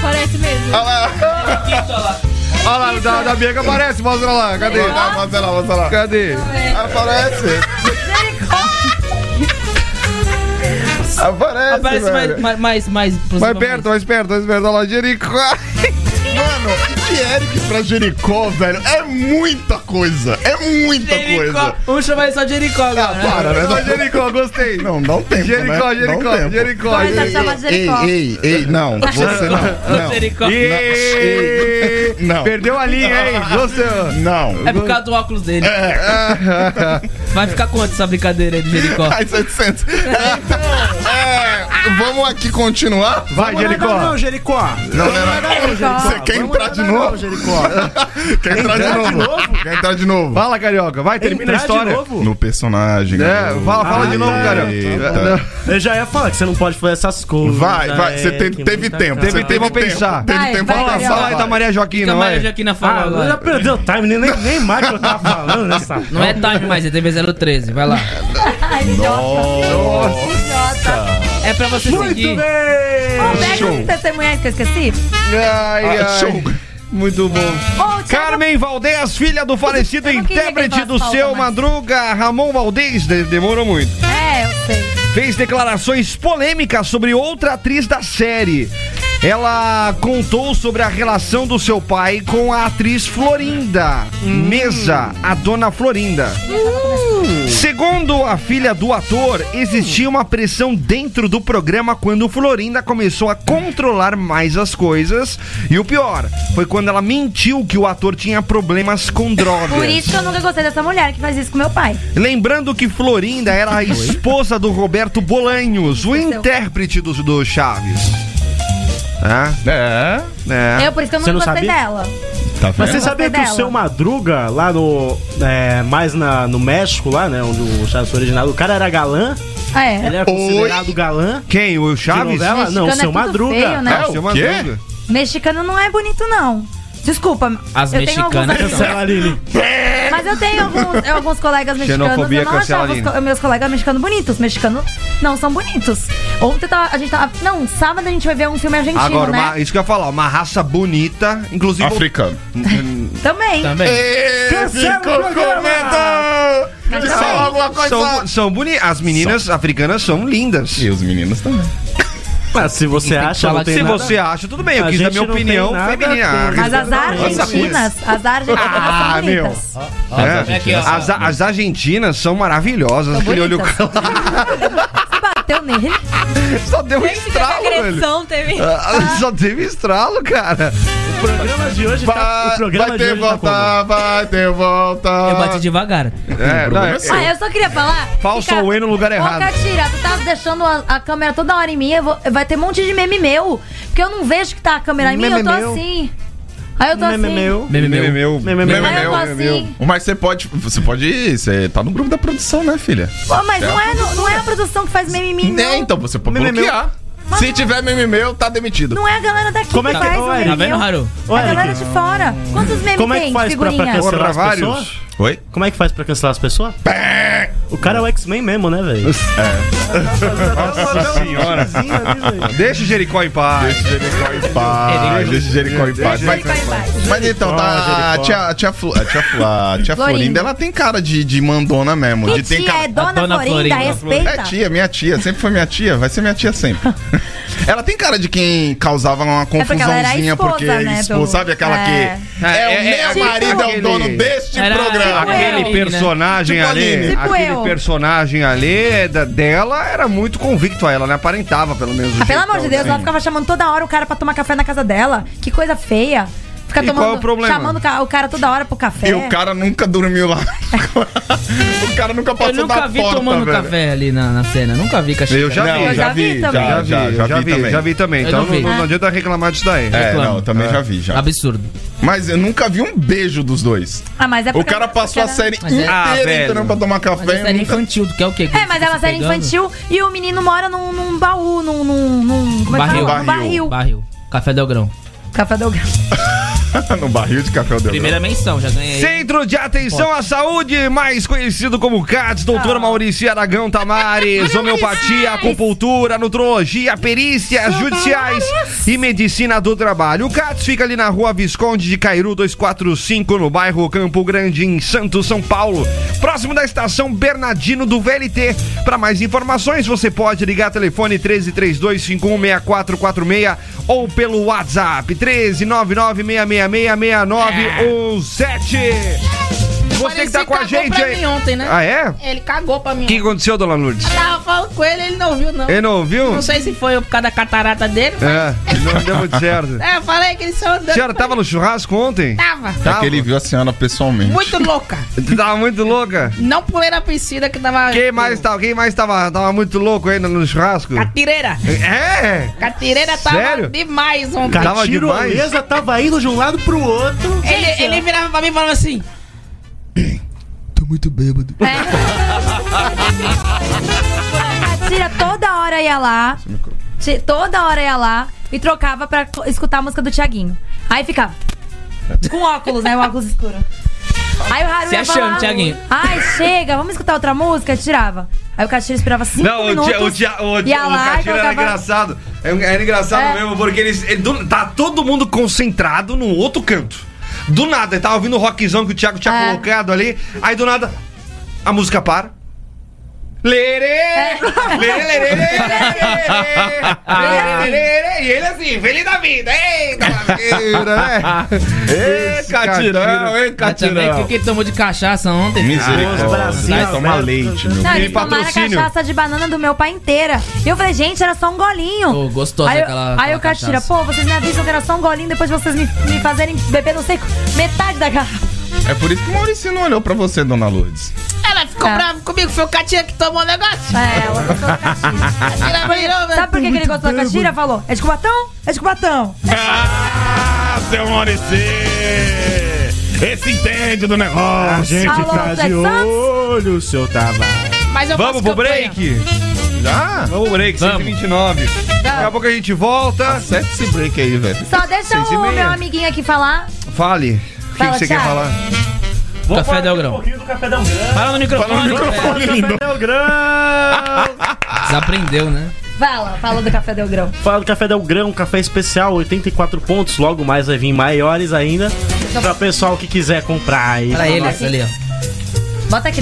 [SPEAKER 9] Parece mesmo.
[SPEAKER 7] olha lá.
[SPEAKER 2] Aqui, ó lá.
[SPEAKER 6] Olha lá, o da, da Bianca aparece, mostra lá. Cadê?
[SPEAKER 7] Olha lá, Tá, mostra lá, mostra lá.
[SPEAKER 6] Cadê?
[SPEAKER 7] Aparece. Aparece,
[SPEAKER 2] Aparece
[SPEAKER 7] velho.
[SPEAKER 2] mais, mais, mais, mais
[SPEAKER 6] Mais
[SPEAKER 2] proximamente.
[SPEAKER 6] perto, mais perto, mais perto. Olha lá, Jericó.
[SPEAKER 7] Mano, e de Eric pra Jericó, velho, é muita coisa. É muita
[SPEAKER 2] Jericó.
[SPEAKER 7] coisa.
[SPEAKER 2] Vamos chamar ele só de Jericó agora. né?
[SPEAKER 7] para, né?
[SPEAKER 6] Olha, Jericó, gostei.
[SPEAKER 7] Não, dá um tempo,
[SPEAKER 6] Jericó,
[SPEAKER 7] né? Dá um
[SPEAKER 6] Jericó,
[SPEAKER 7] tempo.
[SPEAKER 6] Jericó.
[SPEAKER 4] Vai,
[SPEAKER 7] Ei,
[SPEAKER 4] Chama
[SPEAKER 7] ei,
[SPEAKER 4] Jericó.
[SPEAKER 7] ei, ei, não, você não, não.
[SPEAKER 2] Jericó.
[SPEAKER 6] E...
[SPEAKER 7] Não.
[SPEAKER 6] Perdeu a linha, hein? Gostou.
[SPEAKER 7] Não. É,
[SPEAKER 2] É por causa do óculos dele. Vai ficar quanto essa brincadeira aí do Jericó?
[SPEAKER 7] Ai, 700. É, então, é, vamos aqui continuar?
[SPEAKER 6] Vai, um Jericó.
[SPEAKER 8] Não, Jericó.
[SPEAKER 7] Não, não, não.
[SPEAKER 4] Jericó.
[SPEAKER 7] Você quer entrar de
[SPEAKER 6] um
[SPEAKER 7] novo?
[SPEAKER 8] Jericó.
[SPEAKER 7] Quer entrar de novo? Quer entrar de novo?
[SPEAKER 6] Fala, Carioca. Vai, termina a história.
[SPEAKER 8] De novo?
[SPEAKER 7] No personagem.
[SPEAKER 6] É,
[SPEAKER 7] garoto.
[SPEAKER 6] fala, fala de
[SPEAKER 8] Ah,
[SPEAKER 6] novo, Carioca.
[SPEAKER 7] eita.
[SPEAKER 8] Eu já ia falar que você não pode fazer essas coisas.
[SPEAKER 7] Vai, vai. Você
[SPEAKER 8] é,
[SPEAKER 7] tem-
[SPEAKER 8] que
[SPEAKER 7] teve
[SPEAKER 8] muita
[SPEAKER 7] tempo.
[SPEAKER 8] coisa.
[SPEAKER 7] Você
[SPEAKER 6] Teve tempo pra pensar.
[SPEAKER 7] Teve
[SPEAKER 4] Vai,
[SPEAKER 7] tempo
[SPEAKER 4] vai, tá
[SPEAKER 7] pra
[SPEAKER 4] Carioca.
[SPEAKER 7] pensar.
[SPEAKER 6] Fala aí da Maria Joaquina,
[SPEAKER 2] Fica mais um
[SPEAKER 6] vai.
[SPEAKER 2] aqui na fala
[SPEAKER 8] Ah, já
[SPEAKER 2] agora.
[SPEAKER 8] perdeu o time, nem, nem, nem mais que eu tava falando nessa.
[SPEAKER 2] Não é time mais, é TV013, vai lá.
[SPEAKER 4] Ai, idiota. Idiota.
[SPEAKER 2] É pra você seguir.
[SPEAKER 4] Ô, Pega esses testemunhais que eu esqueci.
[SPEAKER 6] Ai,
[SPEAKER 7] Ah,
[SPEAKER 6] ai.
[SPEAKER 7] show.
[SPEAKER 6] Muito bom.
[SPEAKER 4] Ô, o Thiago-
[SPEAKER 6] Carmen Valdez, filha do falecido
[SPEAKER 4] Eu não queria que ele
[SPEAKER 6] intérprete do
[SPEAKER 4] falasse
[SPEAKER 6] seu
[SPEAKER 4] falta, mas-
[SPEAKER 6] Madruga, Ramon Valdez, de- demorou muito.
[SPEAKER 4] É, eu sei.
[SPEAKER 6] fez declarações polêmicas sobre outra atriz da série. Ela contou sobre a relação do seu pai com a atriz Florinda Mesa, a dona Florinda. Segundo a filha do ator, existia uma pressão dentro do programa quando Florinda começou a controlar mais as coisas. E o pior, foi quando ela mentiu que o ator tinha problemas com drogas.
[SPEAKER 4] Por isso que eu nunca gostei dessa mulher que faz isso com meu pai.
[SPEAKER 6] Lembrando que Florinda era a esposa do Roberto Bolanhos, o intérprete do, do Chaves. Ah,
[SPEAKER 7] É,
[SPEAKER 6] é.
[SPEAKER 4] Eu, por isso que eu
[SPEAKER 8] Você
[SPEAKER 4] nunca
[SPEAKER 8] não
[SPEAKER 4] gostei
[SPEAKER 8] sabia?
[SPEAKER 4] dela.
[SPEAKER 7] tá
[SPEAKER 8] Mas você
[SPEAKER 4] Eu
[SPEAKER 7] vendo?
[SPEAKER 4] gostei é
[SPEAKER 8] sabia que o
[SPEAKER 4] dela.
[SPEAKER 8] seu Madruga, lá no. é, mais na, no México, lá, né? Onde o Chaves foi originado, o cara era galã.
[SPEAKER 4] Ah, é.
[SPEAKER 8] Ele era considerado galã.
[SPEAKER 6] Quem? O
[SPEAKER 8] De
[SPEAKER 6] Chaves?
[SPEAKER 8] novela? Não, o
[SPEAKER 4] Mexicano é
[SPEAKER 8] seu
[SPEAKER 4] tudo
[SPEAKER 8] Madruga.
[SPEAKER 4] feio, né?
[SPEAKER 6] Ah, o seu
[SPEAKER 7] quê?
[SPEAKER 6] Madruga.
[SPEAKER 4] Mexicano não é bonito, não. Desculpa.
[SPEAKER 2] As
[SPEAKER 4] eu tenho alguns
[SPEAKER 2] mexicanas
[SPEAKER 4] amigos-
[SPEAKER 8] Cancela, é Aline.
[SPEAKER 4] Mas eu tenho alguns, eu- alguns colegas mexicanos,
[SPEAKER 6] Xenofobia
[SPEAKER 4] eu não
[SPEAKER 6] cancela
[SPEAKER 4] achava os
[SPEAKER 6] ali.
[SPEAKER 4] co- meus colegas mexicanos bonitos. Mexicanos não são bonitos. Ontem tava- a gente tava... Não, sábado a gente vai ver um filme argentino,
[SPEAKER 6] Agora,
[SPEAKER 4] né?
[SPEAKER 6] uma- isso que eu ia falar, uma raça bonita, inclusive.
[SPEAKER 7] Africano.
[SPEAKER 4] Também.
[SPEAKER 2] Também.
[SPEAKER 7] É.
[SPEAKER 8] Cancela o
[SPEAKER 7] Ficou
[SPEAKER 8] programa.
[SPEAKER 7] com medo de
[SPEAKER 4] tá
[SPEAKER 7] falar alguma coisa.
[SPEAKER 6] São, são bonitas. As meninas africanas são lindas.
[SPEAKER 7] E os meninos
[SPEAKER 6] Tá
[SPEAKER 7] também.
[SPEAKER 8] Mas se você
[SPEAKER 2] que
[SPEAKER 8] acha,
[SPEAKER 2] falar
[SPEAKER 8] não
[SPEAKER 2] que
[SPEAKER 8] tem
[SPEAKER 6] Se
[SPEAKER 8] nada.
[SPEAKER 6] você acha, tudo bem, eu
[SPEAKER 8] A
[SPEAKER 6] quis a
[SPEAKER 8] gente
[SPEAKER 6] minha
[SPEAKER 8] não tem
[SPEAKER 6] opinião
[SPEAKER 8] nada
[SPEAKER 6] feminina.
[SPEAKER 8] com-
[SPEAKER 4] Mas as
[SPEAKER 6] Nossa,
[SPEAKER 4] argentinas... As argentinas
[SPEAKER 6] Ah,
[SPEAKER 4] são
[SPEAKER 6] meu.
[SPEAKER 4] bonitas.
[SPEAKER 6] É.
[SPEAKER 2] Aqui, ó.
[SPEAKER 6] As, as argentinas são maravilhosas,
[SPEAKER 4] São
[SPEAKER 6] aquele olho
[SPEAKER 4] bonitas.
[SPEAKER 6] claro.
[SPEAKER 4] Bateu nele.
[SPEAKER 6] Só deu um
[SPEAKER 9] Teve que ter
[SPEAKER 6] estralo, velho.
[SPEAKER 9] agressão, teve.
[SPEAKER 6] Ah, Só teve estralo, cara.
[SPEAKER 8] O programa de hoje tá. O programa
[SPEAKER 7] vai
[SPEAKER 8] de
[SPEAKER 7] ter
[SPEAKER 8] hoje tá
[SPEAKER 7] volta,
[SPEAKER 8] como?
[SPEAKER 7] vai ter volta.
[SPEAKER 2] Eu bati devagar.
[SPEAKER 6] É, não, é-
[SPEAKER 7] assim.
[SPEAKER 4] Ah, eu só queria falar.
[SPEAKER 6] Falso
[SPEAKER 4] Fica-
[SPEAKER 6] o E no lugar
[SPEAKER 4] Ô,
[SPEAKER 6] errado.
[SPEAKER 4] Catira, tu tá deixando a, a câmera toda hora em mim. eu vou- vai ter um monte de meme meu. Porque eu não vejo que tá a câmera em mim, eu tô
[SPEAKER 8] Meme meu.
[SPEAKER 4] assim. Aí eu tô
[SPEAKER 8] Meme
[SPEAKER 4] assim.
[SPEAKER 8] meu.
[SPEAKER 2] Meme meu.
[SPEAKER 8] Meme
[SPEAKER 7] Meme
[SPEAKER 8] meu.
[SPEAKER 4] Aí eu
[SPEAKER 7] meu,
[SPEAKER 4] tô
[SPEAKER 7] meme meu.
[SPEAKER 4] assim.
[SPEAKER 7] Mas você pode. Você pode ir, você tá no grupo da produção, né, filha?
[SPEAKER 4] Pô, mas não é, não, não é a produção que faz meme em mim,
[SPEAKER 7] Nem,
[SPEAKER 4] não.
[SPEAKER 7] então você pode
[SPEAKER 8] Meme meu.
[SPEAKER 7] bloquear. Se tiver meme meu, tá demitido.
[SPEAKER 4] Não é a galera daqui
[SPEAKER 8] Como é
[SPEAKER 4] que
[SPEAKER 8] que-
[SPEAKER 4] faz
[SPEAKER 8] Ô,
[SPEAKER 4] o
[SPEAKER 8] Eric,
[SPEAKER 2] Tá
[SPEAKER 4] meme
[SPEAKER 2] vendo,
[SPEAKER 4] meu.
[SPEAKER 2] Haru?
[SPEAKER 8] Ô,
[SPEAKER 4] É a
[SPEAKER 8] Eric,
[SPEAKER 4] galera de fora. Quantos memes
[SPEAKER 8] Como é que
[SPEAKER 4] tem
[SPEAKER 8] faz
[SPEAKER 4] de
[SPEAKER 8] pra, pra
[SPEAKER 4] figurinha?
[SPEAKER 8] cancelar
[SPEAKER 6] Porra,
[SPEAKER 8] as
[SPEAKER 6] vários.
[SPEAKER 8] pessoas?
[SPEAKER 7] Oi?
[SPEAKER 8] Como é que faz pra cancelar as pessoas? O cara é o X-Men mesmo, né, velho?
[SPEAKER 6] Nossa senhora. Deixa o Jericó em paz.
[SPEAKER 7] Deixa o Jericó em paz. Deixa o Jericó em paz. Mas, mas então, tá, a tia, a tia, Flo- a tia, Flo- a tia Florinda,
[SPEAKER 4] Florinda.
[SPEAKER 7] ela tem cara de, de mandona mesmo.
[SPEAKER 4] Que
[SPEAKER 7] de, tem
[SPEAKER 4] tia,
[SPEAKER 7] cara...
[SPEAKER 4] é Dona,
[SPEAKER 2] Dona
[SPEAKER 4] Florinda,
[SPEAKER 2] Florinda.
[SPEAKER 4] respeita.
[SPEAKER 7] É tia, minha tia, sempre foi minha tia, vai ser minha tia sempre. ela tem cara de quem causava uma
[SPEAKER 4] porque ela era a
[SPEAKER 7] confusãozinha
[SPEAKER 4] esposa,
[SPEAKER 7] porque,
[SPEAKER 4] né, do-
[SPEAKER 7] expôs, sabe aquela
[SPEAKER 4] É.
[SPEAKER 7] que é,
[SPEAKER 6] É, é,
[SPEAKER 7] o
[SPEAKER 6] é,
[SPEAKER 7] meu marido é
[SPEAKER 6] aquele-
[SPEAKER 7] o dono deste
[SPEAKER 2] Era-
[SPEAKER 7] programa.
[SPEAKER 2] Aquele
[SPEAKER 6] Aquele
[SPEAKER 2] Tipo
[SPEAKER 6] personagem
[SPEAKER 7] eu.
[SPEAKER 6] ali,
[SPEAKER 7] Tipo
[SPEAKER 6] aquele
[SPEAKER 4] né? eu.
[SPEAKER 6] personagem ali é da, dela era muito convicto a ela, né? Aparentava, pelo menos. o
[SPEAKER 4] Ah, pelo amor de
[SPEAKER 6] jeitão,
[SPEAKER 4] Deus,
[SPEAKER 6] assim.
[SPEAKER 4] ela ficava chamando toda hora o cara pra tomar café na casa dela. Que coisa feia. Ficar
[SPEAKER 6] E
[SPEAKER 4] tomando,
[SPEAKER 6] qual é o problema?
[SPEAKER 4] chamando o ca- o cara toda hora pro café.
[SPEAKER 2] É.
[SPEAKER 7] E o cara nunca dormiu lá. o cara nunca
[SPEAKER 2] Eu
[SPEAKER 7] passou
[SPEAKER 2] nunca
[SPEAKER 7] da
[SPEAKER 2] vi
[SPEAKER 7] porta,
[SPEAKER 2] tomando
[SPEAKER 7] velho.
[SPEAKER 2] café ali na, na cena. Nunca vi cachorro.
[SPEAKER 6] Eu já vi,
[SPEAKER 7] Não,
[SPEAKER 6] eu
[SPEAKER 4] já vi também.
[SPEAKER 7] Já, já, já, vi, também.
[SPEAKER 6] é. já vi também.
[SPEAKER 2] Eu
[SPEAKER 6] Então
[SPEAKER 2] não
[SPEAKER 6] não,
[SPEAKER 2] vi.
[SPEAKER 6] não adianta reclamar disso daí.
[SPEAKER 7] É,
[SPEAKER 2] Reclamo.
[SPEAKER 7] não, eu também
[SPEAKER 6] É.
[SPEAKER 7] já vi, já.
[SPEAKER 2] Absurdo.
[SPEAKER 7] Mas eu nunca vi um beijo dos dois.
[SPEAKER 4] Ah, mas é
[SPEAKER 7] O
[SPEAKER 4] porque-
[SPEAKER 7] cara passou a
[SPEAKER 4] cara-
[SPEAKER 7] série
[SPEAKER 2] Mas é-
[SPEAKER 7] inteira
[SPEAKER 6] Ah, velho.
[SPEAKER 7] entrando pra tomar
[SPEAKER 2] Mas é
[SPEAKER 7] café.
[SPEAKER 2] série
[SPEAKER 7] e nunca-
[SPEAKER 2] infantil, tu quer o quê?
[SPEAKER 4] É, mas é uma série infantil e o menino mora num, num baú, num, num, num- Como é que
[SPEAKER 2] Barril.
[SPEAKER 4] fala? Num barril.
[SPEAKER 2] Barril. Café Del Grão.
[SPEAKER 4] Café do gato.
[SPEAKER 7] no barril de café deu.
[SPEAKER 2] Primeira menção, já ganhei.
[SPEAKER 6] Centro de Atenção à Saúde, mais conhecido como CATS, doutora Maurício Aragão Tamares, homeopatia, acupuntura, nutrologia, perícias judiciais e medicina do trabalho. O CATS fica ali na rua Visconde de Cairu 245, no bairro Campo Grande, em Santos, São Paulo, próximo da estação Bernardino do VLT. Para mais informações, você pode ligar telefone 1332516446 ou pelo WhatsApp 13996666917. Você que tá com a gente aí.
[SPEAKER 2] ontem, né?
[SPEAKER 6] Ah, é?
[SPEAKER 2] Ele cagou pra mim.
[SPEAKER 6] O que aconteceu, dona Lourdes?
[SPEAKER 2] Tava falando com ele, ele não viu, não.
[SPEAKER 6] Ele não ouviu?
[SPEAKER 2] Não sei se foi por causa da catarata dele.
[SPEAKER 6] É, não deu muito certo.
[SPEAKER 2] É, eu falei que ele saiu andando.
[SPEAKER 6] A senhora tava no churrasco ontem?
[SPEAKER 2] Tava.
[SPEAKER 7] É que ele viu a senhora pessoalmente.
[SPEAKER 2] Muito louca.
[SPEAKER 6] Tava muito louca?
[SPEAKER 2] Não pulei na piscina que tava.
[SPEAKER 6] Quem mais, tava, quem mais tava, tava muito louco ainda no churrasco?
[SPEAKER 2] Catireira.
[SPEAKER 6] É!
[SPEAKER 2] Catireira tava
[SPEAKER 6] Sério?
[SPEAKER 2] demais ontem.
[SPEAKER 6] Tava
[SPEAKER 8] A
[SPEAKER 6] demais.
[SPEAKER 8] tirolesa tava indo de um lado pro outro.
[SPEAKER 2] Ele, ele virava pra mim e falava assim.
[SPEAKER 4] Tira toda hora ia lá. ti- Toda hora ia lá e trocava pra co- escutar a música do Tiaguinho. Aí ficava. Com óculos, né? O óculos escuro. Aí o Haru
[SPEAKER 2] Se
[SPEAKER 4] ia
[SPEAKER 2] achando,
[SPEAKER 4] falar,
[SPEAKER 2] Thiaguinho.
[SPEAKER 4] Ai, chega, vamos escutar outra música? Tirava. Aí o Catira esperava cinco
[SPEAKER 6] Não, o,
[SPEAKER 4] minutos.
[SPEAKER 6] tia, o, tia, o,
[SPEAKER 4] ia
[SPEAKER 6] o
[SPEAKER 4] lá e
[SPEAKER 6] Catira era
[SPEAKER 4] colocava-
[SPEAKER 6] engraçado. Era era engraçado
[SPEAKER 4] É.
[SPEAKER 6] mesmo, porque eles. ele do- tá todo mundo concentrado num outro canto. Do nada, ele tava ouvindo o rockzão que o Thiago tinha
[SPEAKER 4] É.
[SPEAKER 6] colocado ali. Aí do nada, a música para. Lerê! Lerê, lerê, lerê, lerê, lerê, lerê. E ele assim, feliz da vida. Eita, lasqueira, né? Ei, catirão, ei,
[SPEAKER 2] Mas também, que
[SPEAKER 6] catirão.
[SPEAKER 2] o que ele tomou de cachaça ontem?
[SPEAKER 7] Misericórdia. Vai
[SPEAKER 8] bracinhos
[SPEAKER 7] tomar
[SPEAKER 8] abertos.
[SPEAKER 7] leite, meu.
[SPEAKER 4] Não,
[SPEAKER 6] E
[SPEAKER 4] eles tomaram a
[SPEAKER 6] patrocínio?
[SPEAKER 4] cachaça de banana do meu pai inteira. E eu falei, gente, era só um golinho.
[SPEAKER 2] Ô, gostosa
[SPEAKER 4] aí, eu-
[SPEAKER 2] aquela-
[SPEAKER 4] Aí
[SPEAKER 2] aquela
[SPEAKER 4] o Catira,
[SPEAKER 2] cachaça.
[SPEAKER 4] pô, vocês me avisam que era só um golinho, depois vocês me, me fazerem beber, não sei, qu- metade da garrafa.
[SPEAKER 7] É por isso que o Maurício não olhou pra você, dona Lourdes.
[SPEAKER 2] Ela ficou
[SPEAKER 4] Tá.
[SPEAKER 2] brava comigo, foi o Catinha que tomou o negócio.
[SPEAKER 4] É, ela gostou da Catira.
[SPEAKER 2] Tira, virou, né?
[SPEAKER 4] Sabe por que, que ele gostou da Catira? Falou, é de Cubatão? É de Cubatão.
[SPEAKER 6] Ah, seu Maurício! Esse entende do
[SPEAKER 7] Ah,
[SPEAKER 8] A
[SPEAKER 6] negócio.
[SPEAKER 8] gente
[SPEAKER 4] Alô,
[SPEAKER 8] tá de
[SPEAKER 4] Zé Santos?
[SPEAKER 8] olho, seu Tavares.
[SPEAKER 2] Mas eu
[SPEAKER 6] Vamos
[SPEAKER 2] faço
[SPEAKER 6] pro
[SPEAKER 2] campanha.
[SPEAKER 6] break?
[SPEAKER 7] Já?
[SPEAKER 6] Vamos pro break,
[SPEAKER 2] Vamos.
[SPEAKER 6] 129. Daqui a pouco a gente volta.
[SPEAKER 7] Acerta esse break aí, velho.
[SPEAKER 4] Só deixa
[SPEAKER 6] Seis e
[SPEAKER 4] o
[SPEAKER 6] meia.
[SPEAKER 4] meu amiguinho aqui falar.
[SPEAKER 6] Fale. O que,
[SPEAKER 4] Fala,
[SPEAKER 6] que você quer
[SPEAKER 4] Thiago.
[SPEAKER 6] falar?
[SPEAKER 2] Café Del Grão.
[SPEAKER 8] um pouquinho do Café Del Grão.
[SPEAKER 2] Fala no microfone.
[SPEAKER 8] Café Del Grão.
[SPEAKER 2] Desaprendeu, né?
[SPEAKER 4] Fala, fala do Café Del Grão.
[SPEAKER 8] Fala do Café Del Grão, um café especial, 84 pontos. Logo mais vai vir maiores ainda. Pra pessoal que quiser comprar aí.
[SPEAKER 2] Pra ele, esse ali, ó.
[SPEAKER 4] Bota aqui.